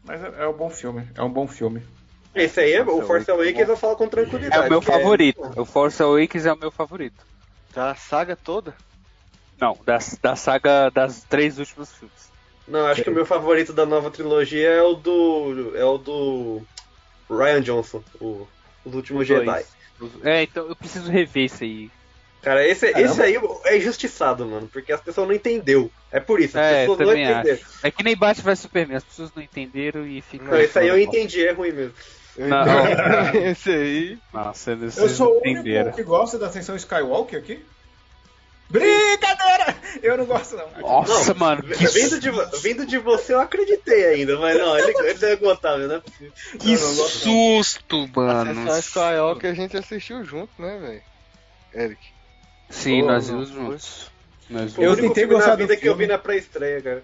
B: Mas é, é um bom filme, é um bom filme.
D: Esse aí, é, o
C: Force
D: Force
C: Awakens,
D: Awakens, eu falo com
C: É
D: tranquilidade.
C: o meu
D: que
C: favorito. O Force Awakens é o meu favorito.
E: Da tá saga toda?
C: Não, da, da saga das três últimos filmes.
D: Não, acho que o meu favorito da nova trilogia é o do. é o do. Ryan Johnson, o, Os Últimos
C: Dois.
D: Jedi.
C: Os- É, então eu preciso rever isso aí.
D: Cara, esse, esse aí é injustiçado, mano, porque as pessoas não entendeu. É por isso, as
C: É,
D: pessoas não
C: também
D: entenderam.
C: acho. É que nem Batman vs Superman, as pessoas não entenderam e ficam.
D: Não, esse aí eu entendi, é ruim mesmo.
E: Eu
C: Não.
E: entendi. <laughs> Esse aí.
C: Nossa, eles
B: Eu sou o
C: entenderam.
B: único que gosta da ascensão Skywalker aqui? Brincadeira! Eu não gosto, não.
C: Nossa,
D: Não,
C: mano,
D: v-
C: que,
D: Vindo de, vo- vindo de você eu acreditei ainda, mas não, ele, ele deve gostar, né?
C: que
B: não gosto,
C: susto, mano.
E: Essa Skywalker é a gente assistiu junto, né, velho? Eric.
C: Sim,
E: Pô,
C: nós
E: não,
C: vimos juntos. Nós
D: Foi o
B: Eu
C: vimos.
D: único
B: tentei
D: filme
B: gostar
D: na
B: do
D: vida que eu
B: filme.
D: vi na pré-estreia, cara.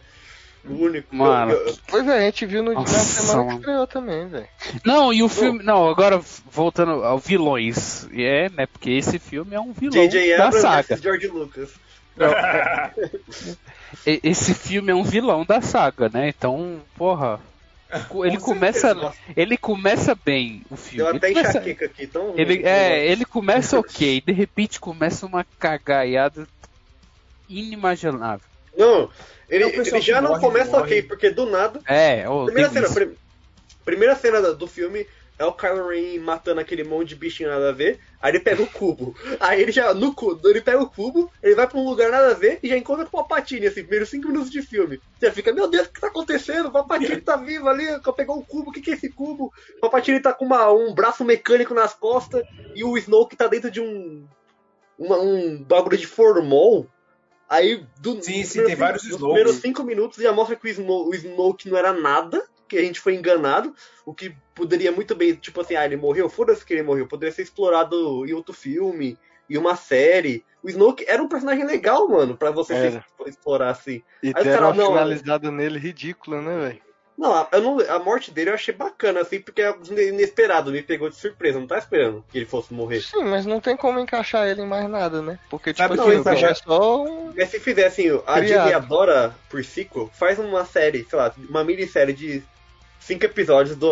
D: O único.
C: Mano.
D: Eu- eu-
E: Pois é, a gente viu no, na
C: Nossa,
E: semana
C: mano.
E: que estreou também, velho.
C: Não, e o filme. Não, agora voltando ao vilões. E É, né? Porque esse filme é um vilão
D: J.J.
C: da
D: Abrams
C: saga.
D: versus George Lucas.
C: E- Esse filme é um vilão da saga, né? Então, porra. co- Ele
D: Com
C: começa.
D: certeza, nossa,
C: Ele começa bem o filme.
D: Deu
C: Ele
D: até
C: começa-
D: enxaqueca aqui, então.
C: Ele, é, ele começa ok, de repente começa uma cagaiada inimaginável.
D: Não, ele,
B: É o pessoal
D: ele já
B: que
D: não
B: morre,
D: começa
B: morre.
D: ok, porque do nada.
C: É, ô,
D: Primeira
C: tem
D: cena,
C: isso.
D: prim- primeira cena do- do filme é o Kylo Ren matando aquele monte de bichinho nada a ver, aí ele pega o cubo. <laughs> Aí ele já, no cubo, ele pega o cubo, ele vai pra um lugar nada a ver e já encontra com o Palpatine, assim, primeiros 5 minutos de filme. Você fica, meu Deus, o que tá acontecendo? O
C: <laughs>
D: Palpatine tá vivo ali, pegou o cubo, o que que é esse cubo? O Palpatine tá com uma- um braço mecânico nas costas e o Snoke tá dentro de um uma- um bagulho de formol. Aí, do,
B: Sim,
D: nos
B: sim, tem
D: primeiros
B: vários
D: cinco- nos
B: Snokes.
D: primeiros cinco minutos já mostra que o, Sno- o Snoke não era nada, que a gente foi enganado, o que poderia muito bem, tipo assim, ah, ele morreu, foda-se que ele morreu, poderia ser explorado em outro filme, em uma série. O Snoke era um personagem legal, mano, pra você
E: Era.
D: se explorar assim.
E: E
D: Aí o
E: deram
D: cara,
E: uma
D: não,
E: finalizada nele ridícula, né, velho?
D: Não, a, eu não- a morte dele eu achei bacana, assim, porque é inesperado, me pegou de surpresa, não tá esperando que ele fosse morrer.
E: Sim, mas não tem como encaixar ele em mais nada, né? Porque, tipo,
B: Sabe
E: assim,
D: não,
E: o bicho
D: então-
E: é só um.
D: Mas se fizer assim, a
E: Criado.
D: Disney adora por sequel, faz uma série, sei lá, uma minissérie de cinco episódios do,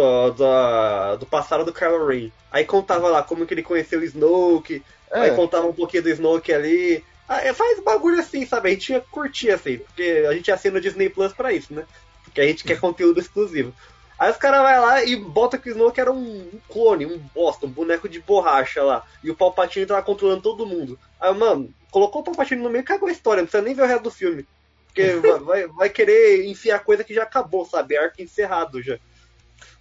D: do, do passado do Kylo Ren. Aí contava lá como que ele conheceu o Snoke,
E: É,
D: aí contava um pouquinho do Snoke ali. Ah, é, faz bagulho assim, sabe? A gente ia curtir assim, porque a gente assina o Disney Plus pra isso, né? Porque a gente quer conteúdo exclusivo. Aí os caras vai lá e bota que o Snoke era um um clone, um bosta, um boneco de borracha lá. E o Palpatine tava controlando todo mundo. Aí, mano, colocou o Palpatine no meio e cagou a história, não precisa nem ver o resto do filme. Porque vai, vai- vai querer enfiar coisa que já acabou, sabe? Arco encerrado já.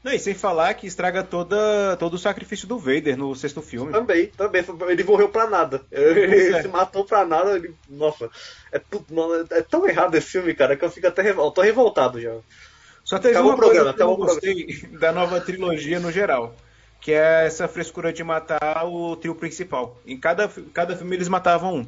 B: Não, e sem falar que estraga toda, todo o sacrifício do Vader no sexto filme.
D: Também, também. Ele morreu pra nada. <laughs>
B: É.
D: Ele se matou pra nada. Ele... Nossa, é, tu- mano, é tão errado esse filme, cara, que eu fico até revol... eu tô revoltado já.
B: Só teve
D: Acabou
B: uma
D: o programa,
B: coisa que eu não
D: acabou o
B: gostei da nova trilogia no geral. Que é essa frescura de matar o trio principal. Em cada, fi- cada filme eles matavam um.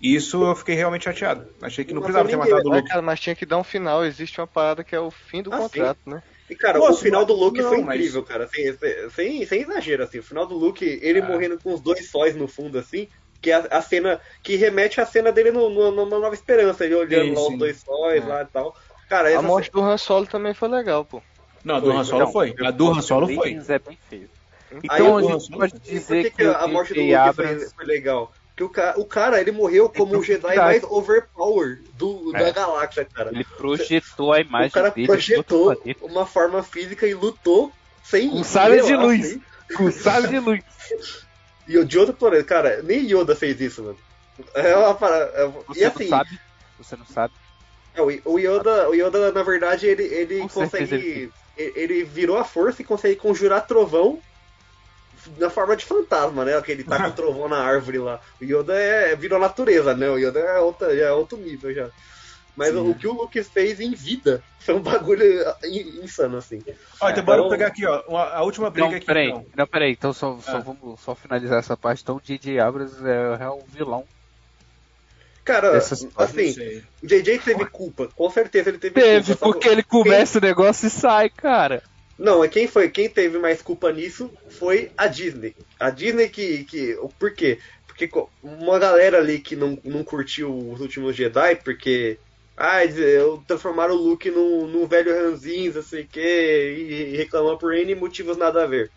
B: E isso eu fiquei realmente chateado. Achei que não
D: Não
B: precisava ter
D: matou
B: matado o
E: É,
B: Luke.
E: cara, mas tinha que dar um final. Existe uma parada que é o fim do
D: Ah, sim.
E: contrato, né?
D: E, cara,
B: Nossa,
D: o final do Luke
B: não,
D: foi
B: mas-
D: incrível, cara. Sem, sem- sem, sem exagero, assim. O final do Luke, ele
B: Ah.
D: morrendo com os dois sóis no fundo, assim. Que é a, a cena que remete à cena dele no, no, numa Nova Esperança, ele olhando
B: Sim,
D: lá
B: sim.
D: os dois sóis
E: É.
D: lá e tal. Cara,
E: A
D: essa
E: morte do Han Solo também foi legal, pô.
B: Não, a do Han Solo
C: Não,
B: foi. A do Han Solo foi.
C: Legends é bem feio.
D: Aí
C: Então
D: eu
C: a
B: vou-
C: gente pode
D: E Por
C: dizer
D: que,
C: que,
D: que a a morte do Luke
C: é
D: foi, foi legal? Porque o, ca- o cara, ele morreu como o Jedi mais
C: profundidade.
D: overpower do, da
C: É.
D: galáxia, cara.
C: Ele projetou a imagem
D: o cara
C: dele
D: projetou
C: em outro planeta,
D: uma forma física e lutou sem...
C: Com sabre de
D: sei lá,
C: luz.
D: sem-
C: com sabre de luz.
D: E o de outro planeta, cara, nem Yoda fez isso, mano. É uma parada... é-
C: Você
D: E
C: não
D: assim,
C: sabe? Você não sabe?
D: é, o o Yoda, o Yoda, na verdade, ele, ele
C: Com
D: consegue...
C: certeza
D: Ele, ele virou a força e consegue conjurar trovão na forma de fantasma, né? Que ele tá
C: <laughs>
D: com o trovão na árvore lá. O Yoda é, virou natureza, né? O Yoda é, outra, é outro nível já. Mas o que o Luke fez em vida foi um bagulho in- insano, assim.
B: Ó, então
D: É,
B: bora
D: então-
B: pegar aqui, ó. uma- a última briga
C: Não,
B: aqui.
C: peraí.
B: então.
C: Não, peraí. Então só, só
B: Ah.
C: vamos só finalizar essa parte. Então o J.J. Abrams é o real vilão.
D: Cara,
C: Essas coisas,
B: Não
D: assim,
B: sei.
D: o JJ teve culpa, com certeza ele teve,
C: Teve,
D: culpa. só que-
C: porque ele começa o negócio e sai, cara.
D: Não, é quem foi, quem teve mais culpa nisso foi a Disney. A Disney que. que por quê? Porque co- uma galera ali que não, não curtiu os últimos Jedi, porque. Ah, eles, eh, transformaram o Luke num, num velho ranzinza, sei o quê, e, e reclamando por N motivos nada a ver.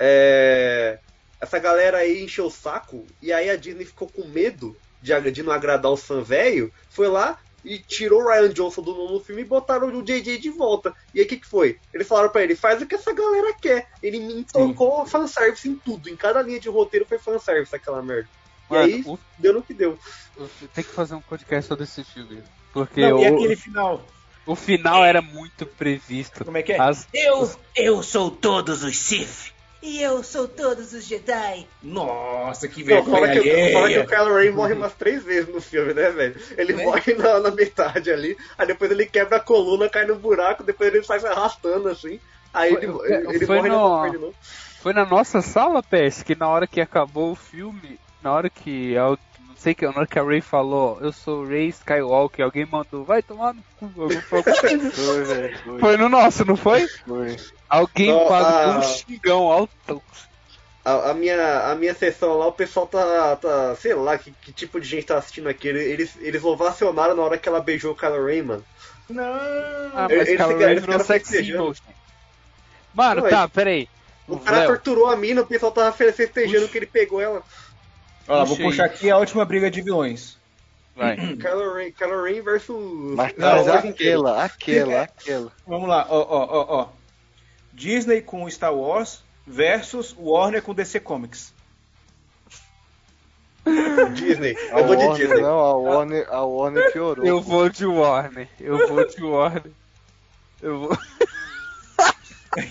D: É, essa galera aí encheu o saco, e aí a Disney ficou com medo de, agra- de não agradar o fã velho, foi lá e tirou o Ryan Johnson do nono filme e botaram o JJ de volta. E aí o que, que foi? Eles falaram pra ele, faz o que essa galera quer. Ele me tocou fanservice em tudo, em cada linha de roteiro foi fanservice aquela merda. E
C: Mano,
D: aí-
C: o-
D: Deu no que deu.
C: o- tem que fazer um podcast sobre esse filme. Porque
B: Não, e
C: o,
B: aquele final?
C: o final era muito previsto.
B: Como é que é?
C: As-
F: Eu, eu sou todos os Sith. E eu sou todos os Jedi.
B: Nossa, que
D: Não,
B: vergonha
D: fora que, fora que o
B: alheia.
D: Kylo Ren morre umas três vezes no filme, né, velho? Ele
B: Né?
D: morre na, na metade ali, aí depois ele quebra a coluna, cai no buraco, depois ele sai se arrastando assim. Aí
C: Foi-
D: ele,
C: foi-
D: ele, ele
C: foi
D: morre
C: no-
D: na parte de novo.
C: Foi na nossa sala, Pest, que na hora que acabou o filme, na hora que. al- Não sei que, na hora que a Ray falou, eu sou Ray Skywalker, alguém mandou, vai tomar no cu. algum-
D: <laughs>
C: algum-
E: Foi, velho. Foi,
C: Foi no nosso, não foi?
E: foi.
C: Alguém
D: Não, ah.
C: mandou
D: a-
C: um xingão alto.
D: A, a minha, a minha sessão lá, o pessoal tá. tá sei lá que, que tipo de gente tá assistindo aqui. Ele- Eles, eles ovacionaram na hora que ela beijou o Kylo Ren, mano.
C: Ah,
D: Ele-
C: mas
D: ele
C: cara,
D: fica- ele
C: ele virou
D: fica
C: sex
D: festejando.
C: symbol. gente. Mano,
D: Não,
C: tá, peraí.
D: O cara
C: Léo,
D: torturou a mina, o pessoal tava festejando que ele pegou ela.
B: Ó, vou
C: Puxa aí.
B: puxar aqui a última briga de vilões.
C: vai.
D: Kylo Ren, Kylo Ren versus.
E: Mas, tá
D: Star
E: mas
D: Wars inteiro.
E: aquela, aquela, aquela.
B: Vamos lá, ó, ó, ó, ó. Disney com Star Wars versus Warner com DC <laughs> Comics.
D: Disney.
E: A
D: Eu vou de
E: Warner,
D: Disney.
E: não, a Warner, a Warner piorou.
C: Eu vou de Warner. Eu vou de Warner. Eu vou,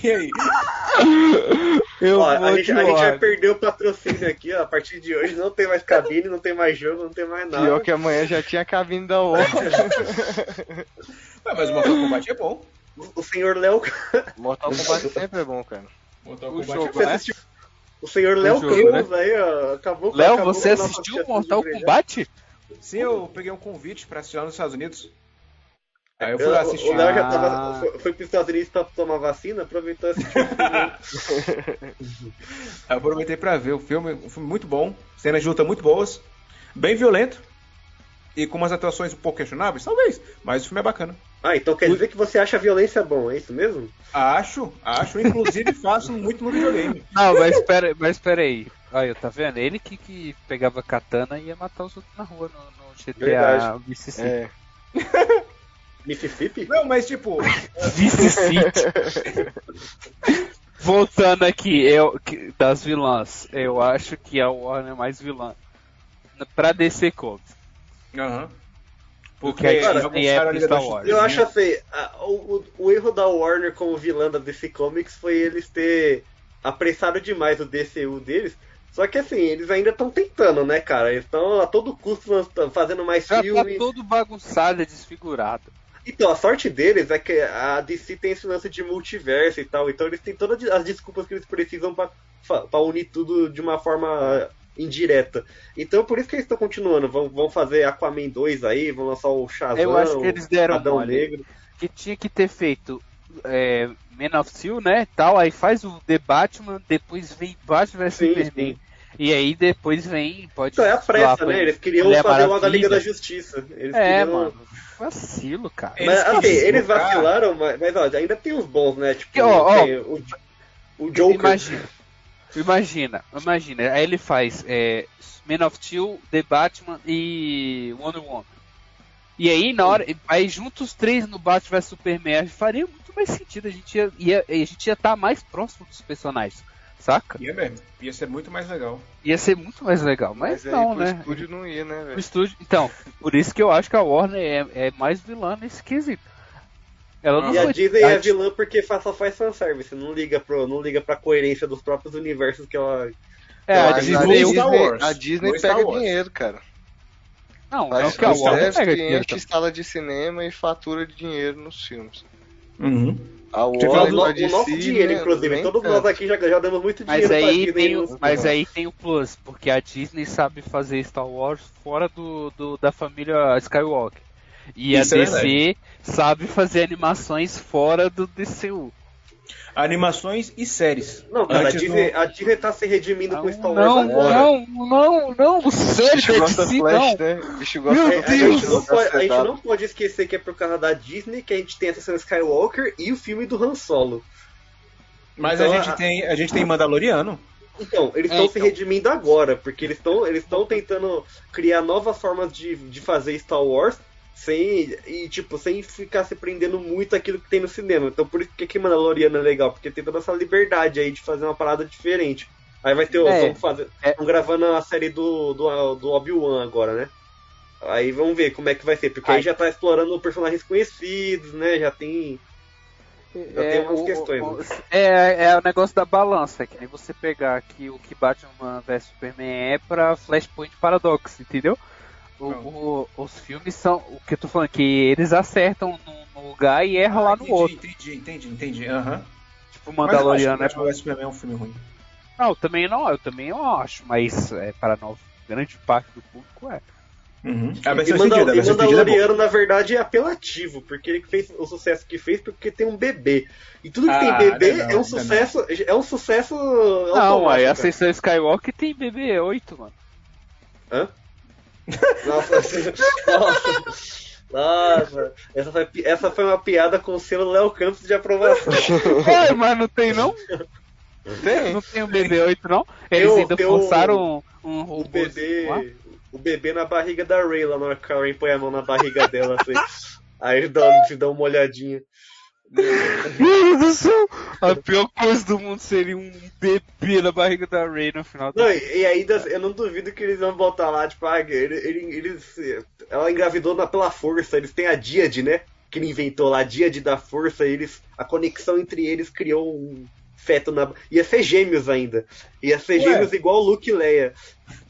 B: E aí?
C: eu
D: Ó,
C: vou
D: a, gente,
C: de
D: a gente vai
C: Warner.
D: perder o patrocínio aqui, ó. A partir de hoje não tem mais cabine, não tem mais jogo, não tem mais nada.
C: é-
E: Pior é que amanhã já tinha a cabine da
D: <laughs>
E: Warner.
B: Ué, mas o Mortal Kombat é bom.
D: O senhor Léo. <laughs>
E: Mortal Kombat sempre é bom, cara.
B: Mortal
C: O
B: Kombat
C: jogo,
B: é bom.
C: né?
D: O senhor Léo
C: jogo, né?
D: Campos aí, ó. Acabou com-
C: Léo,
D: acabou
C: você
D: com a nossa
C: assistiu
D: chance de
C: Mortal
D: brilhar.
C: Kombat?
B: Sim, eu peguei um convite pra assistir lá nos Estados Unidos. Aí eu fui
D: Eu-
B: lá assistir.
D: O Léo já
C: Ah.
D: tava, foi, foi pros Estados Unidos pra tomar vacina, aproveitou e <laughs> assistiu o filme.
B: Aí eu aproveitei pra ver o filme, um filme muito bom, cenas de luta muito boas, bem violento e com umas atuações um pouco questionáveis, talvez, mas o filme é bacana.
D: ah, então quer dizer que você acha a violência bom, é isso mesmo?
B: Acho, acho, inclusive <laughs> faço muito no videogame.
C: Não, mas pera, mas pera aí. Aí, tá vendo? Ele que, que pegava a katana e ia matar os outros na rua no, no GTA
D: Verdade.
C: Vice City.
E: É.
D: Mississippi?
B: Não, mas tipo,
C: Vice City. <laughs> Voltando aqui, eu, que- das vilãs. Eu acho que a Warner é mais vilã. Pra DC Comics.
B: aham.
C: Porque a
D: Cara,
C: Disney
B: avançaram
C: é
B: um a
C: pro
B: Liga da
C: Star
B: Justiça.
C: Wars.
D: Eu
C: né?
D: acho assim, a- o, o- o erro da Warner como vilã da DC Comics foi eles ter apressado demais o DCU deles. Só que assim, eles ainda estão tentando, né, cara? Eles estão a todo custo lan- fazendo mais
C: Já tá
D: filme.
C: todo bagunçado, desfigurado.
D: Então, a sorte deles é que a DC tem esse lance de multiverso e tal, então eles têm todas as desculpas que eles precisam pra, fa- pra unir tudo de uma forma indireta. Então por isso que eles estão continuando. Vão, vão fazer Aquaman 2 aí, vão lançar o Shazam,
C: Eu acho que eles deram
D: o Adão
C: mole.
D: Negro.
C: que tinha que ter feito é, Man of Steel, né? Tal, aí faz o The Batman, depois vem Batman vs
D: Sim,
C: Superman.
D: sim.
C: E aí depois vem. Pode
D: Então é a
C: lá,
D: pressa,
C: foi-
D: né? Eles queriam
C: Mulher
D: fazer logo a Liga
C: é Maravilha.
D: da Justiça. Eles
C: É,
D: queriam...
C: mano. Vacilo, cara.
B: É,
D: Mas,
B: Eles
D: assim,
B: queriam
D: eles
B: deslocar.
D: vacilaram, mas, mas, ó, ainda tem os bons, né? Tipo,
C: Que, ó, ó,
D: tem o, o Joker.
C: Imagina. Imagina, imagina. Aí ele faz é, Man of Steel, The Batman e Wonder Woman. E aí, na hora. Aí juntos os três no Batman vs Superman, faria muito mais sentido. A gente ia, ia- a gente ia estar mais próximo dos personagens, saca?
B: Ia mesmo. Ia ser muito mais legal.
C: Ia ser muito mais legal, mas,
E: aí
C: não,
E: pro
C: né?
E: estúdio não ia, né,
C: O
E: velho?
C: estúdio. Então, por isso que eu acho que a Warner é, é mais vilã nesse quesito. Ela não
D: E a
C: foi-
D: Disney é
C: a-
D: vilã porque fa- só faz fanservice, não liga, pro, não liga pra coerência dos próprios universos que ela.
C: é, a
E: Mas
C: Disney-
B: Disney- Star Wars.
E: a Disney
B: No Star
E: pega
B: Wars.
E: dinheiro, cara.
C: Não, não
E: Faz
C: que a Warner
E: fanservice,
C: pega
E: que
C: dinheiro.
E: enche sala de cinema e fatura de dinheiro nos filmes. A
B: Tipo,
D: Ela-
E: Warner,
D: o,
E: a
D: o nosso
E: DC,
D: dinheiro,
E: né,
D: inclusive.
E: nem
D: Todos nós
E: tanto.
D: aqui já, já damos muito dinheiro
C: Mas
D: pra
C: aí,
D: Disney.
C: tem o,
D: nos-
C: mas aí tem o plus, porque a Disney sabe fazer Star Wars fora do, do- da família Skywalker. E
B: Isso
C: a
B: é
C: DC sabe fazer animações fora do DCU.
B: Animações e séries.
D: Não, cara, a
B: Antes
D: Disney,
B: não-
D: a Disney tá se redimindo
C: Não,
D: com Star Wars
C: não,
D: agora.
C: não, não, não, sério,
E: Bicho gosta
C: DC,
E: Flash,
C: não.
E: né? Bicho
C: Meu
E: gosta
D: É,
E: de
D: a,
E: Flash, né?
D: gente não
E: gosta
D: pode, a gente
E: da
D: não pode esquecer que é por causa da Disney que a gente tem a sessão Skywalker e o filme do Han Solo.
B: Mas
D: Então,
B: a, gente
D: a-
B: tem, a gente tem Mandaloriano.
D: Então, eles
C: É,
D: estão se
C: então.
D: redimindo agora, porque eles estão eles tão tentando criar novas formas de, de fazer Star Wars sem e tipo sem ficar se prendendo muito àquilo que tem no cinema. Então por isso que, que Mandaloriano é legal, porque tem toda essa liberdade aí de fazer uma parada diferente. Aí vai ter o.
C: É.
D: Vamos fazer.
C: É.
D: Estão gravando a série do, do, do Obi-Wan agora, né? Aí vamos ver como é que vai ser, porque aí
C: Ai.
D: já tá explorando personagens conhecidos, né? Já tem. Já tem umas
C: o-
D: questões,
C: o-
D: né?
C: <laughs> é, é o negócio da balança, que nem você pegar aqui o que Batman vs Superman é pra Flashpoint Paradox, entendeu? O-
B: Não.
C: o- os filmes são. O que eu tô falando, que eles acertam num- num lugar e erram lá no
B: entendi,
C: outro.
B: Entendi, entendi, entendi. Aham.
C: Tipo, o
B: Mas eu acho que
C: Mandaloriano é.
B: Batman vs Superman é um filme ruim.
C: Não, eu também não, eu também não acho, mas é, para nova grande parte do público é.
B: A
D: E,
B: versão
D: Mandal-
B: estendida, a
D: e
B: versão estendida é boa.
D: Mandaloriano, na verdade, é apelativo, porque ele fez o sucesso que fez porque tem um bebê. E tudo que
B: Ah,
D: tem bebê
B: não, assim-
D: é um
B: não.
D: sucesso. É um sucesso.
C: Não, aí a
D: automático.
C: Ascensão Skywalker tem BB-8, mano.
D: Nossa, nossa, nossa. Essa foi, pi- essa foi uma piada com o selo Léo Campos de aprovação.
C: <laughs> É, mas não tem não?
E: Tem.
C: Não tem um BB-8 não? Eles
D: Tem o-
C: ainda
D: tem o-
C: forçaram um, um
D: O
C: robôzinho lá.
D: <laughs> bebê. O bebê na barriga da Ray lá na hora que a Ray põe a mão na barriga dela assim. Aí eles dão, te dão uma olhadinha.
C: Meu Deus do céu! A pior coisa do mundo seria um bebê na barriga da Ray no final do
D: Não, e, e ainda eu não duvido que eles vão botar lá, tipo, ah, ele, ele- eles, ela engravidou na, pela força, eles têm a Díade, né? Que ele inventou lá, a Díade da força, e eles. A conexão entre eles criou um feto na. Ia ser gêmeos ainda. Ia ser
B: Ué.
D: gêmeos igual o Luke e Leia.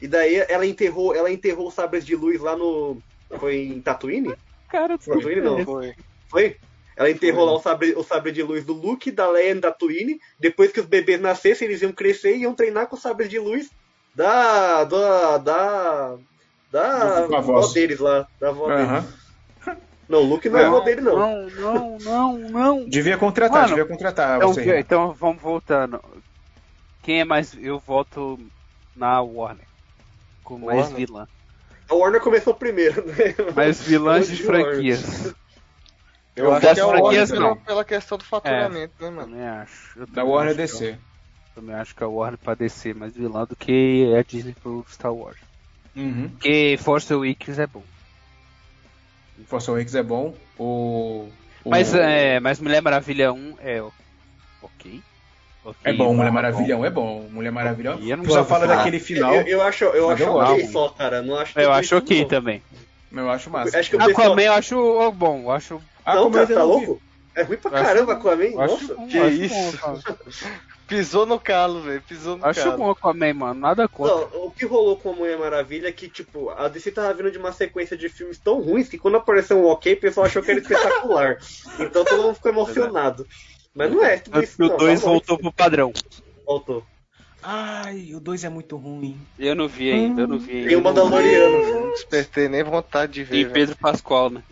D: E daí ela enterrou, ela enterrou os sabres de luz lá no. Foi em Tatooine?
C: cara.
D: Foi,
C: tudo
D: ele não.
C: bem.
E: Foi.
D: Foi? Ela enterrou lá o sabre, o sabre de luz do Luke, da Leia e da Twine. Depois que os bebês nascessem, eles iam crescer e iam treinar com o sabre de luz da. da. da. da
B: Do- da
D: avó
B: voz.
D: deles lá. Da avó deles.
B: Aham.
D: Não, o Luke não é
B: Não,
D: avó dele, não.
C: Não, não, não, não.
B: Devia contratar,
C: Mano,
B: devia contratar.
C: Então,
B: você, né?
C: que-
B: Renato.
C: então vamos voltando. Quem é mais. Eu voto na Warner. Com mais
E: Warner?
C: vilã.
D: A Warner começou primeiro, né?
C: Mais
D: <laughs>
C: vilãs
D: Eu
C: de
D: de Warner.
C: franquias.
E: Eu,
C: Eu
E: acho
C: das
E: que é o Warner
C: franquias, assim, não.
E: pela, pela questão do faturamento, né, mano?
C: Também acho. Eu
B: Da
C: também
B: Warner
C: acho que- é
B: DC.
C: Eu também acho que a Warner pra DC é mais vilã do que a Disney pro Star Wars.
B: Uhum.
C: Porque Force Awakens é bom.
B: Force Awakens é bom. O. o-
C: Mas, é, mas Mulher Maravilha 1 é o- ok. Ok,
B: É bom, Mulher
C: tá
B: Maravilha é bom. Mulher Maravilha é
C: E eu não
B: bom. Só
C: gosto
B: fala
C: do final.
B: daquele
D: Eu,
B: final.
D: eu- eu acho, eu
B: Mas é um
D: acho
B: eu
D: ok
B: amo.
D: só, cara. Não acho
C: Eu
D: tudo
C: acho
D: isso,
C: ok
D: não.
C: também.
B: Eu acho massa.
D: Acho que o pessoal-
C: Aquaman eu acho ó, bom, eu acho,
B: Ah,
D: Não,
B: como eu
D: cara,
B: ainda
D: tá
B: não vi.
D: louco? É ruim pra
C: Eu acho-
D: caramba, Aquaman.
C: eu acho
D: Nossa. Tá
C: bom.
E: que
C: acho
E: isso?
C: Bom, cara.
E: Pisou no calo, velho. Pisou no
C: acho
E: calo.
C: bom Aquaman, mano, nada contra.
D: Não, o que rolou com a Mulher Maravilha é que, tipo, a DC tava vindo de uma sequência de filmes tão ruins que quando apareceu um ok, o pessoal achou que era espetacular. Então todo mundo ficou emocionado. Mas não é tudo
C: Tanto
D: isso.
C: que o
D: não,
C: 2
D: tá bom,
C: voltou pro padrão.
D: Voltou.
F: Ai, o 2 é muito ruim.
C: Eu não vi ainda, eu não vi ainda.
D: Tem o Mandaloriano.
E: Não despertei nem vontade de ver.
C: E
E: velho.
C: Pedro Pascoal, né?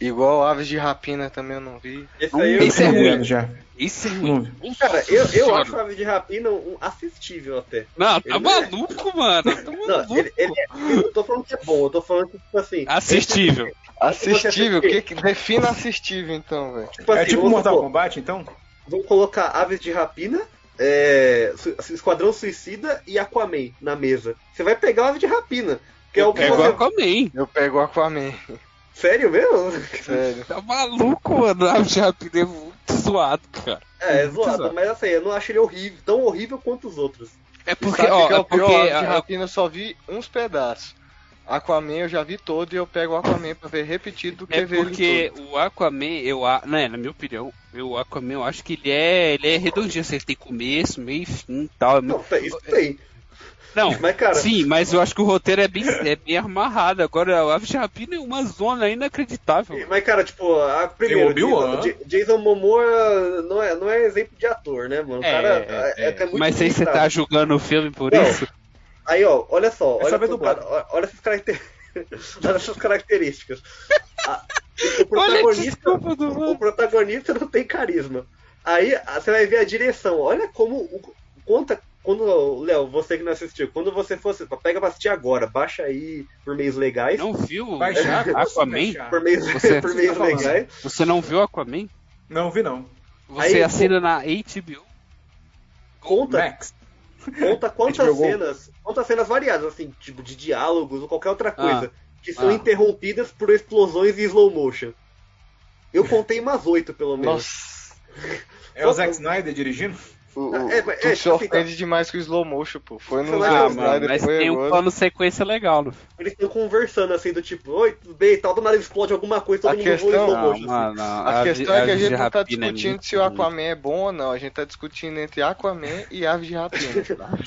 E: Igual Aves de Rapina também eu não vi.
D: Esse aí eu.
G: Esse é ruim.
B: Vendo já.
G: Isso é ruim.
D: Cara, eu, eu
G: Senhora.
D: acho a Ave de Rapina um assistível até.
G: Não, tá
D: Ele- é
G: maluco, mano. Tá
D: Não,
G: maluco.
D: ele, ele é, eu não tô falando que é bom, eu tô falando que, tipo assim.
G: Assistível.
E: Assistível, o que que defina assistível então, velho?
D: Tipo assim,
B: é tipo
D: vamos
B: Mortal
D: supor,
B: Kombat, então?
D: Vamos colocar Aves de Rapina, é, Su- Esquadrão Suicida e Aquaman na mesa. Você vai pegar o Ave de Rapina. Que é o que
G: É igual
D: você...
G: com a Man.
E: Eu pego Aquaman,
D: Sério mesmo?
E: sério.
G: Tá maluco, mano. A Japinha é muito zoado, cara.
D: É, é
G: zoado.
D: zoado, mas assim, eu não acho ele horrível, tão horrível quanto os outros.
G: É
E: E
G: porque,
E: sabe
G: ó,
E: que é o pior,
G: porque
E: Aves de
G: a-
E: Rapina eu só vi uns pedaços. Aquaman eu já vi todo e eu pego Aquaman pra ver repetido do que
C: É
E: ver ele
C: porque o Aquaman, eu a- né, na minha opinião, eu, o Aquaman, eu acho que ele é, ele é redondinho, assim, ele tem começo, meio e fim e tal. é muito-
D: Não, tem- isso tem.
C: Não,
D: Mas, cara,
C: sim, mas eu acho que o roteiro é bem, é bem amarrado. Agora, o Ave de Rapina é uma zona
G: É,
C: inacreditável.
D: mas cara, tipo, a primeira.
B: Tem o Obi-Wan.
D: Jason, Jason Momoa não é, não é exemplo de ator, né, mano? O
C: É,
D: cara
C: é,
D: é, até muito
C: Mas aí você tá
D: limitado.
C: julgando o filme por
D: Não,
C: isso?
D: Aí, ó, olha só. Olha,
B: É só ver
D: essas
B: dublado.
D: cara- olha essas características. <laughs> olha essas características. A- o
C: Olha a
D: protagonista.
C: desculpa do
D: o protagonista não tem carisma. Aí a- você vai ver a direção. Olha como o- conta quando Léo, você que não assistiu, quando você fosse, pega pra assistir agora, baixa aí por meios legais,
C: Não viu
B: Vai já?
G: é
C: Aquaman?
D: por meios,
C: Você-
D: <laughs> por meios
B: você tá falando.
D: legais.
C: Você não viu Aquaman?
B: Não vi não.
C: Você
D: Aí,
C: assina na HBO?
D: Conta,
B: Max.
C: <laughs>
D: conta
B: HBO
D: quantas
C: um
B: Go.
D: cenas, quantas cenas variadas assim, tipo de diálogos ou qualquer outra coisa, que são
C: ah.
D: interrompidas por explosões e slow motion. Eu contei umas oito pelo
E: todo.
D: menos.
E: Nossa,
B: É o Zack Snyder dirigindo?
E: o,
D: Não,
E: o-
D: é, mas-
E: tu
D: é,
E: se
D: tipo assim,
E: ofende demais com o slow motion, pô. Foi no
D: Sei lá,
E: Zack
D: mano,
E: Snyder,
C: Mas
E: foi
C: tem um
E: agora.
C: plano sequência legal no filme.
D: Eles estão conversando assim do tipo, oi, tudo bem, e tal, do nada explode alguma coisa, todo
E: A
D: mundo
E: questão-
D: voa em slow
C: Ah,
E: Não,
D: motion. assim.
E: A questão é que a gente não tá discutindo se o
C: Aquaman.
E: Aquaman é bom ou não. A gente tá discutindo entre Aquaman e Aves de Rapina.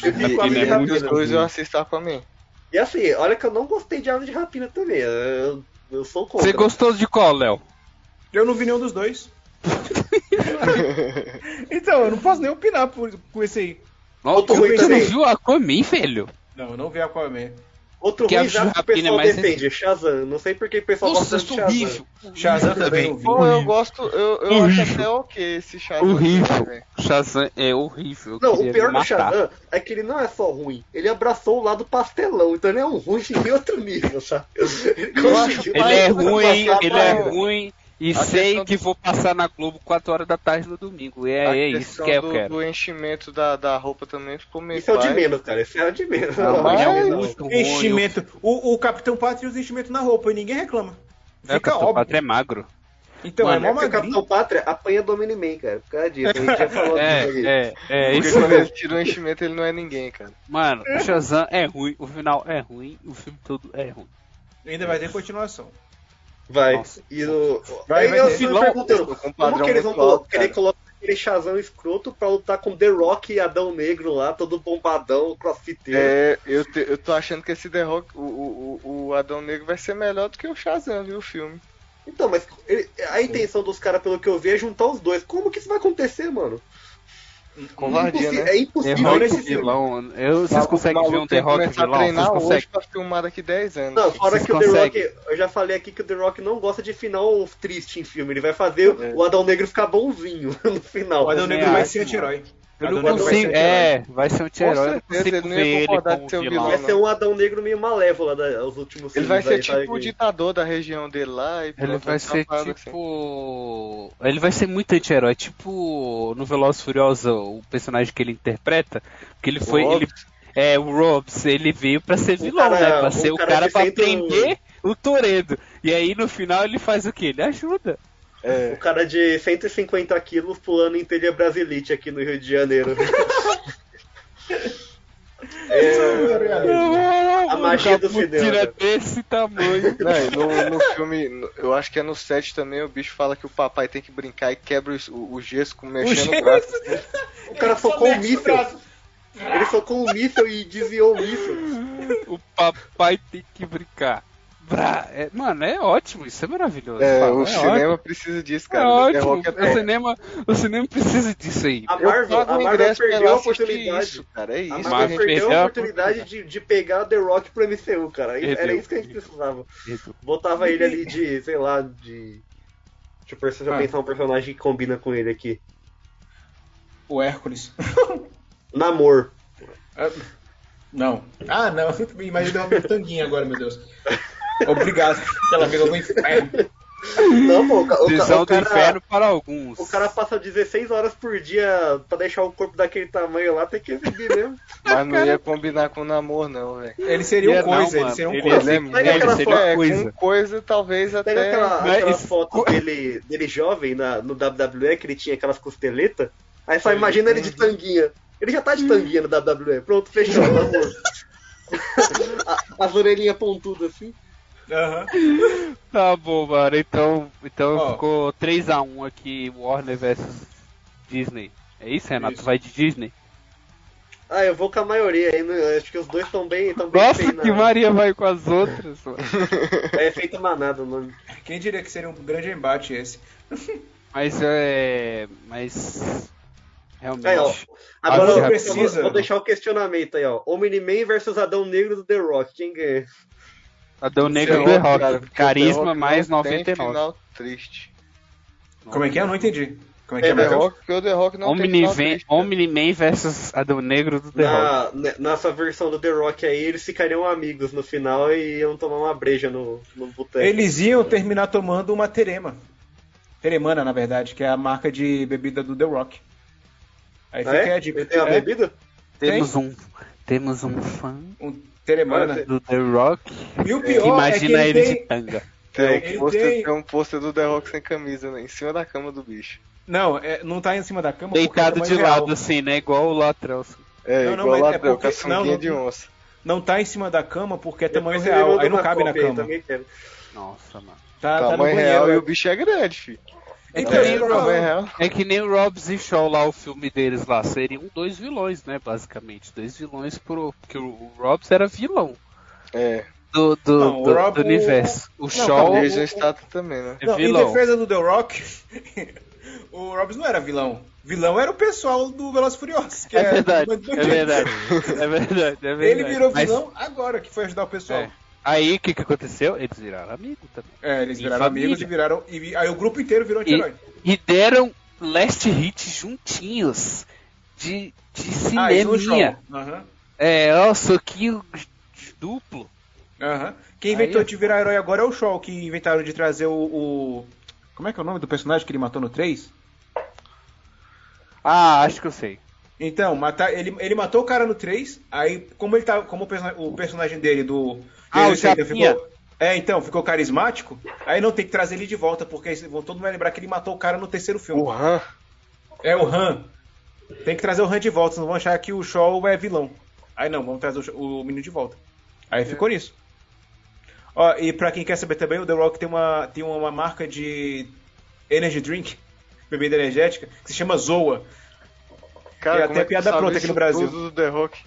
D: Eu vi
E: E, e
C: é
D: Aquaman e
E: entre
D: Rapina. é
E: os dois eu assisto Aquaman.
D: E assim, olha que eu não gostei de Aves de Rapina também. Eu, eu sou contra.
C: Você gostou de qual, Léo?
B: Eu não vi nenhum dos dois.
D: <laughs>
B: então, eu não posso nem opinar por, por esse aí.
D: Outro
C: Você
D: ruim
C: não
D: também.
C: viu Aquaman, velho?
B: Não, eu não vi Aquaman.
D: Outro
C: Que
D: ruim
C: Aves de
D: já que o
C: Rapina é
D: pessoal
C: mais
D: defende, Shazam. Não sei por que o pessoal
C: Nossa, eu
D: gosta de
C: sou
D: Shazam.
C: horrível. é
B: Shazam também não vi.
E: Bom, eu gosto, eu, eu acho até ok esse Shazam.
C: Horrível.
E: velho.
C: Shazam é horrível. eu
D: Não,
C: queria
D: o pior
C: me
D: do
C: matar.
D: Shazam é que ele não é só ruim. Ele abraçou o lado pastelão, então ele é um ruim em outro nível, sabe? Ele
E: Eu acho
D: conseguiu.
C: Ele é ruim,
E: passar
C: ele
E: pra-
C: é ruim. E
E: A
C: sei
E: questão
C: que vou passar na Globo 4 horas da tarde no domingo. E
E: A
C: é, é isso
E: questão
C: que eu
E: do,
C: quero.
E: do enchimento da, da roupa também ficou meio.
D: Isso é o de
E: pai.
D: menos, cara. Isso é o de menos.
E: Ah,
D: Não,
E: mas-
D: não,
C: É
D: não.
B: um
C: muito ruim.
B: Enchimento. O, o Capitão Pátria usa enchimento na roupa e ninguém reclama.
C: É, o
B: Fica
C: Capitão
B: óbvio.
C: Pátria é magro.
B: Então,
D: Mano,
B: é
D: é
B: mó
D: porque o
B: magrinho.
D: Capitão Pátria apanha do Omni-Man, cara. Por causa disso. A gente já falou disso aqui.
C: É, é, é
E: Porque
C: isso.
E: quando ele tira o enchimento, ele não é ninguém, cara.
C: Mano, o Shazam é ruim, o final é ruim, o filme todo é ruim.
B: Ainda vai ter continuação.
D: Vai.
C: Nossa.
D: E o.
B: Vai,
D: Aí
B: vai
D: eu
B: ter.
D: fico me
E: Vilão,
D: perguntando,
E: com um
D: como
E: padrão
D: que eles vão
E: muito alto,
D: colo- querer
E: cara.
D: colocar aquele Shazam escroto pra lutar com The Rock e Adão Negro lá, todo bombadão, crossfiteiro.
E: É, eu, te- eu tô achando que esse The Rock, o, o, o- o Adão Negro vai ser melhor do que o Shazam, viu, o filme.
D: Então, mas ele- a intenção dos caras, pelo que eu vi, é juntar os dois. Como que isso vai acontecer, mano?
E: Covardia,
D: Impossi-
E: né?
D: É
C: The
D: impossível
C: Rock
D: nesse filme.
C: vilão. Eu, vocês conseguem ver um The Rock
E: começar a
C: vilão? Vocês
E: treinar hoje
C: conseguem?
E: pra filmar daqui 10 anos.
D: Não, fora
C: Vocês
D: que o The Rock,
C: conseguem.
D: eu já falei aqui que o The Rock não gosta de final triste em filme. Ele vai fazer
E: É.
D: o Adão Negro ficar bonzinho <laughs> no final. É.
B: O Adão
C: Eu
B: Negro
C: nem
B: vai
C: acho,
B: ser anti-herói.
C: Eu
B: Adão
C: não
B: Negro vai
C: consigo.
B: ser anti-herói.
C: É, vai ser um anti-herói. Eu não
E: certeza,
C: consigo
E: ele não ia
C: ver ele
E: concordar
C: como
E: de ser o
C: vilão.
D: Vai
E: vilão,
D: ser um Adão Negro meio malévola da, os últimos
E: Ele vai
D: filmes
E: ser
D: aí, sabe?
E: tipo o ditador da região dele lá e
C: Ele
E: pronto,
C: vai ser
E: uma parada assim.
C: tipo. Ele vai ser muito anti-herói. Tipo no Veloz Furiosa, o personagem que ele interpreta. Que ele foi.
E: Hobbs.
C: Ele, é, o Robs, ele veio pra ser
D: Um
C: vilão,
D: cara-
E: é,
C: né? Pra
D: um
C: ser o
D: cara
C: cara
D: que
C: pra
D: senta um-
C: prender o Toredo. E aí no final ele faz o quê? Ele ajuda.
E: É.
D: O cara de 150 quilos pulando em telha brasilite aqui no Rio de Janeiro. né? É, A magia do
C: Caput
D: cinema.
C: Tira é desse tamanho.
E: <laughs>
C: né?
E: Não, e no,
C: <laughs>
E: no filme, no- eu acho que é no 7 também, o bicho fala que o papai tem que brincar e quebra os- o, o gesso com mexendo o braço.
D: o cara socou um míssil. Ele socou um míssil e desviou o míssil.
C: o papai tem que brincar. Brá, é- mano, é ótimo, isso é maravilhoso.
E: É,
C: Fala,
E: o cinema
C: ótimo.
E: precisa disso,
C: É
E: cara. The
C: ótimo.
E: Rock até-
C: O cinema, o cinema precisa disso aí.
D: A
E: Eu
D: Marvel,
E: pago
D: a
E: o
D: Marvel
E: ingresso pra ir
D: perdeu
E: lá
D: a
E: assistir
D: oportunidade.
E: Isso, cara, é
D: A
E: isso.
D: Marvel
C: Marvel
D: perdeu
C: perdeu a
D: a oportunidade de, de pegar The Rock pro MCU, cara. Era
C: Perdeu.
D: isso que a gente precisava. Botava ele ali de, sei lá, de. Deixa eu, pensar- deixa eu
B: Ah.
D: pensar um personagem que combina com ele aqui.
B: O Hércules.
D: Namor.
B: Não. Ah, não. Me imaginei uma mitanguinha agora, meu Deus. Obrigado pela vida do inferno.
D: Não, pô, o, ca- o, ca-
C: Visão
D: o
C: do
D: cara,
C: inferno para alguns.
D: o cara passa 16 horas por dia pra deixar o corpo daquele tamanho lá, tem que exibir mesmo.
E: Mas não ia combinar com o namoro, não, velho.
B: Ele seria um
C: é Não,
B: coisa, ele
C: mano,
B: seria um
C: ele
B: coisa.
E: Ele é
D: Pega aquela
E: muito
D: foto-
E: é,
C: coisa.
E: com coisa, talvez
D: Pega
E: até.
D: aquela,
C: mas
D: aquela
C: isso-
D: foto dele, dele jovem na, no WWE, que ele tinha aquelas costeletas. Aí só imagina ele de tanguinha. Ele já tá de tanguinha no WWE. Pronto, fechou, namor. A- As orelhinhas pontudas assim.
B: Aham.
C: Tá bom, mano. Então, então
B: Ó.
C: ficou 3x1 aqui, Warner versus Disney. É isso, Renato?
B: Isso.
C: Vai de Disney?
D: Ah, eu vou com a maioria aí. né? Acho que os dois estão bem, tão bem
C: Nossa,
D: feios
C: que
D: na-
C: Maria vai com as outras, mano.
D: É efeito manada o nome.
B: Quem diria que seria um grande embate esse?
C: Mas é. Mas. Realmente.
D: Aí, É, ó.
C: Ah,
D: Agora
C: você
D: eu
B: precisa.
D: vou, vou deixar o questionamento aí, ó. Omni-Man versus Adão Negro do The Rock. Quem ganha?
C: Adão tá Negro
E: The
C: do The
E: Rock, cara,
C: Rock.
E: porque o The
C: Carisma
E: Rock
C: mais
E: não tem
C: 99.
E: final triste.
B: Como é que é? Eu não entendi. Como é que é,
E: É, The
B: Matheus?
E: Rock, porque o The Rock não tem final
C: Omni-Man
E: triste. cara.
C: Omni-Man versus Adão Negro do The Rock.
D: Na, ne- nessa versão do The Rock aí, eles ficariam amigos no final e iam tomar uma breja no, no boteco.
B: Eles iam terminar tomando uma terema. Teremana, na verdade, que é a marca de bebida do The Rock. Aí
D: Ah,
B: fica
D: é?
B: a dica.
D: Ele tem uma
B: É,
D: bebida?
C: Temos um. Temos um fã
B: um teremana.
D: Olha,
C: do The Rock.
B: E o
C: que
B: pior
C: Imagina
B: é que
C: ele
B: ele tem...
C: de tanga.
E: Tem
B: Ele
E: um, pôster,
B: tem-
E: tem um pôster do The Rock sem camisa, né? Em cima da cama do bicho.
B: Não, é, não tá em cima da cama. porque
C: Deitado
B: é
C: de
B: real.
C: lado, assim, né? Igual o Latrell.
E: É,
B: Não, não,
E: igual
B: mas
E: lá
B: é
E: deu,
B: porque-
E: com a sunguinha
B: não, não-
E: de onça.
B: Não tá em cima da cama porque é tamanho
D: Depois ele
B: real.
D: manda
B: Aí não
D: uma
B: cabe na
D: cópia aí,
B: cama.
D: também quero.
C: Nossa, mano.
B: Tá, tá no
E: tamanho
B: banheiro.
E: real e o
B: é.
E: bicho é grande, filho.
B: Então,
E: Tamanho-
B: isso que eu tô
E: tamanho
B: falando.
E: real.
C: É que nem o Rob Show lá, o filme deles lá. Seriam dois vilões, né? Basicamente. Dois vilões pro. Porque o o Robs era vilão
E: É,
C: do, do,
B: Não, o
C: do-
B: Rob-
C: do universo. O Shaw
E: o
B: calma,
E: Jason Statham também, né?
C: é
B: Não, em
C: vilão.
B: defesa do The Rock, <laughs> o Robbins não era vilão. Vilão era o pessoal do Velozes e Furiosos. que
C: É
B: era-
C: verdade,
B: mas-
C: é verdade, é verdade, é verdade.
B: Ele virou
C: Mas-
B: vilão agora, que foi ajudar o pessoal.
C: É. Aí o que, que aconteceu? Eles viraram amigo também.
B: É, eles
C: E
B: viraram
C: família.
B: amigos e viraram. E, vi- aí o grupo inteiro virou anti-herói.
C: E deram last hit juntinhos de, de
B: Ah, isso no show.
C: cineminha.
B: Aham.
C: é, ó, soquinho duplo.
B: Aham. Quem inventou
C: Aí-
B: de virar herói agora é o Shaw, que inventaram de trazer o, o- Como é que é o nome do personagem que ele matou no 3?
C: Ah, acho que eu sei.
B: Então, matar, ele, ele matou o cara no 3, aí como ele tava, como o, persona- o personagem dele do ele
C: Ah, o
B: ainda
C: Japinha.
B: ficou, É, então, ficou carismático, aí não tem que trazer ele de volta, porque aí vão- todo mundo vai lembrar que ele matou o cara no terceiro filme.
E: O Han,
B: É o Han. Tem que trazer o Han de volta, senão vão achar que o Shaw é vilão. Aí não, vamos trazer o, Shaw- o menino de volta. Aí ficou nisso. Ó, e pra quem quer saber também, o The Rock tem uma, tem uma marca de energy drink, bebida energética, que se chama Zoa.
E: cara,
B: até
E: como é que
B: piada
E: tu sabe
B: pronta aqui
E: isso
B: no Brasil.
E: Tudo do The Rock.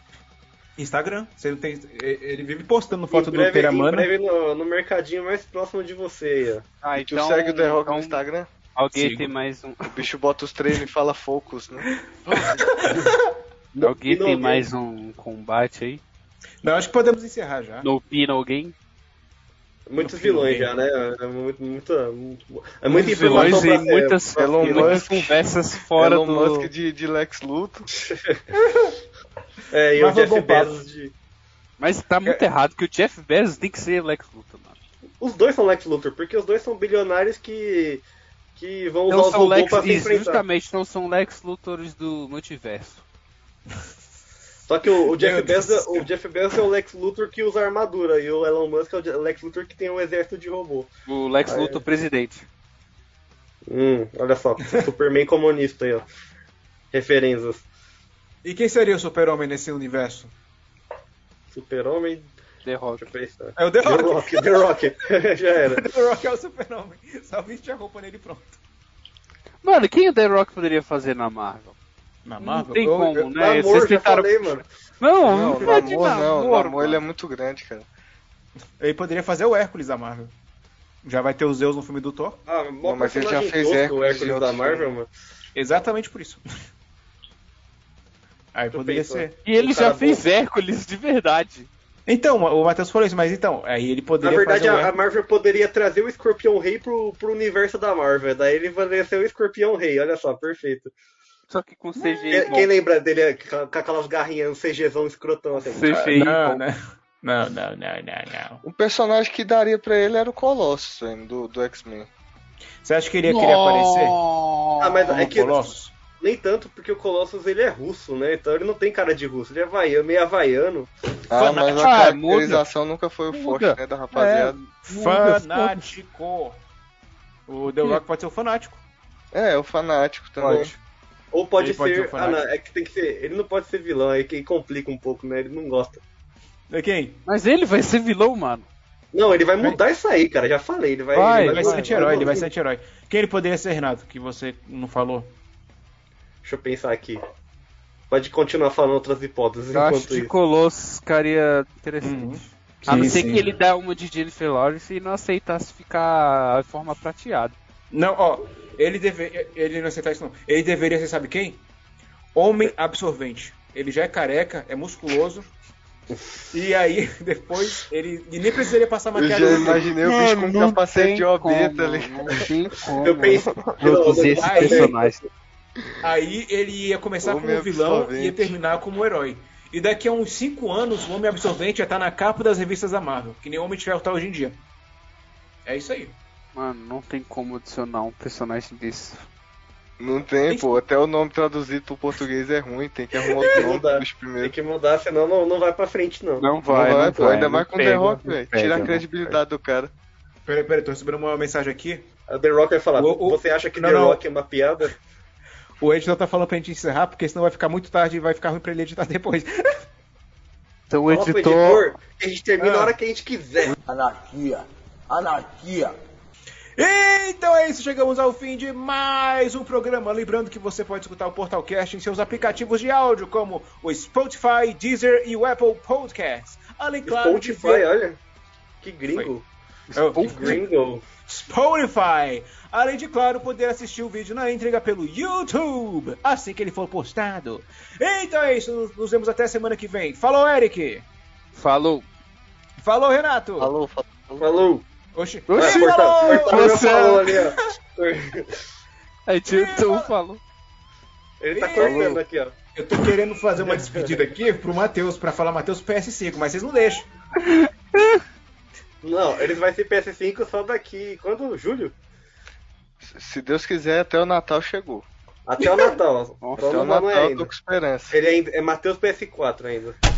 B: Instagram. Você não tem, ele vive postando foto
D: em breve,
B: do né? Teramana.
D: Em breve no, no mercadinho mais próximo de você aí, ó.
C: Ah,
E: E tu segue o The Rock no Instagram?
C: Alguém
B: Sigo.
C: tem mais um.
E: O bicho bota os treinos e fala focus, né?
C: alguém
D: Pino
C: tem
D: alguém.
C: mais um combate aí?
B: Não, acho que podemos encerrar já.
C: No Pino alguém?
D: Muitos
B: No fim,
D: vilões
B: né?
D: já, né? É muito, muita- é muita
C: vilões
D: informação pra
C: e
D: ser-
C: muitas,
D: pra-
E: Elon
C: e
E: Musk.
C: muitas conversas fora
E: Elon
C: do.
E: Musk de, de Lex Luthor.
D: É, e o
B: Mas foi
D: Jeff
B: bom papo.
D: Bezos de...
C: Mas tá muito
D: É.
C: errado que o Jeff Bezos tem que ser Lex Luthor, mano.
D: Os dois são Lex Luthor, porque os dois são bilionários que, que vão usar
C: Não
D: os
C: são
D: robôs
C: Lex
D: pra se
C: isso,
D: enfrentar.
C: justamente não são Lex Luthores do multiverso.
D: Só que o, o Jeff
B: Meu Deus
D: Bezos,
B: do céu.
D: o Jeff Bezos é o Lex Luthor que usa armadura e o Elon Musk é o Je- Lex Luthor que tem um exército de robô.
C: O Lex
D: Ah, é.
C: Luthor presidente.
D: Hum, olha só, <laughs> Superman comunista aí, ó. Referências.
B: E quem seria o super-homem nesse universo?
D: Super-Homem,
C: The Rock.
D: deixa eu pensar.
B: É o The
D: The
B: Rock.
D: Rock, The Rock. <laughs> Já
B: <laughs>
D: era.
B: The Rock é o super-homem. Só viste a roupa nele e pronto.
C: Mano, quem o The Rock poderia fazer na Marvel?
B: Na
C: Não tem como,
B: eu-
C: né?
D: Namor,
C: Vocês
D: já
C: tentaram.
D: Tá falei, mano.
C: Não,
E: Não,
C: não,
E: o
C: pode
D: é
E: namoro não. O namoro
C: mano.
E: ele é muito grande, cara.
B: Ele poderia fazer o Hércules da Marvel. Já vai ter o Zeus no filme do Thor.
D: Ah, mó
E: Não, mas ele
D: personagem
E: já fez
D: tosco,
E: Hércules
D: o
E: em
D: Hércules
E: outros né?
D: da Marvel, mano.
B: Exatamente por isso. Aí
D: Tu
B: poderia
D: pensou.
B: ser.
H: E ele
D: O cara
H: já fez
D: bom.
H: Hércules de verdade.
B: Então, o Matheus falou isso, mas então, aí ele
D: Na
B: poderia
E: um
D: verdade,
B: fazer o
D: a, a
B: Hércules.
D: Marvel poderia trazer o Escorpião Rei pro, pro universo da Marvel. Daí ele poderia ser o Escorpião Rei, olha só, perfeito.
H: Só que com CGI.
D: Quem,
H: bom.
D: quem lembra dele é, com com aquelas garrinhas, um CGzão escrotão assim?
H: CGI.
B: Não,
H: bom.
B: não, não, não, não, não, não.
E: O personagem que daria pra ele era o Colossus, hein, do, do X-Men.
B: Você acha que ele ia querer aparecer?
D: Ah, mas é que
B: Colossus?
D: nem tanto, porque o Colossus ele é russo, né? Então ele não tem cara de russo, ele é havaiano, meio havaiano.
E: Ah, mas a
H: Ah,
E: caracterização nunca foi o
H: Muda.
E: forte, né, da rapaziada.
B: Fanático. O The Rock pode ser o fanático.
E: É, o fanático também.
D: Pode. Ou pode
B: Ele
D: ser.
B: pode ser o
D: ah,
B: fanático.
D: não, é que tem que ser. Ele não pode ser vilão, aí que complica um pouco, né? Ele não gosta.
B: É quem?
H: Mas ele vai ser vilão, mano.
D: Não, ele vai mudar isso aí, cara. Já falei, ele vai.
H: Vai,
B: Ele vai ser anti-herói, ele vai ser
D: mudar.
B: anti-herói. Quem ele poderia ser, Renato, que você não falou?
D: Deixa eu pensar aqui. Pode continuar falando outras hipóteses
H: Eu acho
D: enquanto
H: que
D: isso.
H: Colossus ficaria interessante.
B: Uhum.
H: Hum. A não
B: Sim,
H: ser
B: sim.
H: que ele dá uma de Jennifer Lawrence e não aceitasse ficar em forma prateada.
B: Não, ó, ele deve, ele não aceitar isso não. Ele deveria ser, sabe quem? Homem absorvente. Ele já é careca, é musculoso. E aí, <laughs> depois, ele e nem precisaria passar
E: Eu já
B: maquiagem.
E: imaginei
H: É,
E: o
C: É,
E: bicho com um capacete de OB, tá ligado?
H: Não
E: <laughs>
H: tem como.
D: Eu penso.
B: <laughs>
H: Produzir
D: Não, né?
H: esse
D: não vai,
H: personagem.
B: Aí ele ia começar
E: Homem
B: como vilão e
E: absorvente.
B: ia terminar como herói. E daqui a uns 5 anos, o Homem Absorvente já tá na capa das revistas da Marvel, que nem o Homem de Ferro tá hoje em dia. É isso aí.
H: Mano, não tem como adicionar um personagem desse.
E: Não tem, pô. Até o nome traduzido pro português é ruim, tem que arrumar <laughs> outro nome
D: Muda.
E: dos
D: Tem
E: primeiros.
D: que mudar, senão não, não vai pra frente, não.
H: Não vai,
E: Não
H: não
E: vai,
H: vai,
E: pô. Ainda mais com o The Rock, velho. Tira a credibilidade do cara.
B: Peraí, peraí, tô recebendo uma mensagem aqui.
D: A The Rock vai falar,
B: O- o-
D: você acha que
B: Não,
D: The
B: não.
D: Rock é uma piada?
B: O editor tá falando pra gente encerrar, porque senão vai ficar muito tarde e vai ficar ruim pra ele editar depois. <laughs>
H: Então o
D: Fala pro
H: editor.
D: editor que a gente termina
B: Ah.
D: a hora que a gente quiser.
F: Anarquia! Anarquia!
B: Então é isso, chegamos ao fim de mais um programa. Lembrando que você pode escutar o Portalcast em seus aplicativos de áudio, como o Spotify, Deezer e o Apple Podcasts. Além, claro,
D: Spotify,
B: de ver...
D: olha. Que gringo.
B: Oh,
D: Que gringo.
B: Spotify! Além de, claro, poder assistir o vídeo na entrega pelo YouTube, assim que ele for postado. Então é isso, nos- nos vemos até semana que vem. Falou, Eric!
H: Falou.
B: Falou, Renato!
E: Falou, falou.
D: Falou.
B: Oxi!
D: Vai,
B: Oxi,
D: corta-
B: falou!
D: corta o meu
H: Você-
D: falou ali, ó.
H: Editor falou.
D: Ele tá
B: Ih,
D: cortando
B: falou.
D: aqui, ó.
B: Eu tô querendo fazer uma despedida aqui pro Matheus, pra falar Matheus PS5, mas vocês não deixam.
D: Não, ele vai ser PS5 só daqui. Quando? Julho?
E: Se Deus quiser, até o Natal chegou.
D: Até o Natal.
E: Até
D: Então
E: o
D: não, não
E: Natal
D: é
E: eu tô
D: ainda.
E: com esperança.
D: Ele ainda é Matheus PS4 ainda.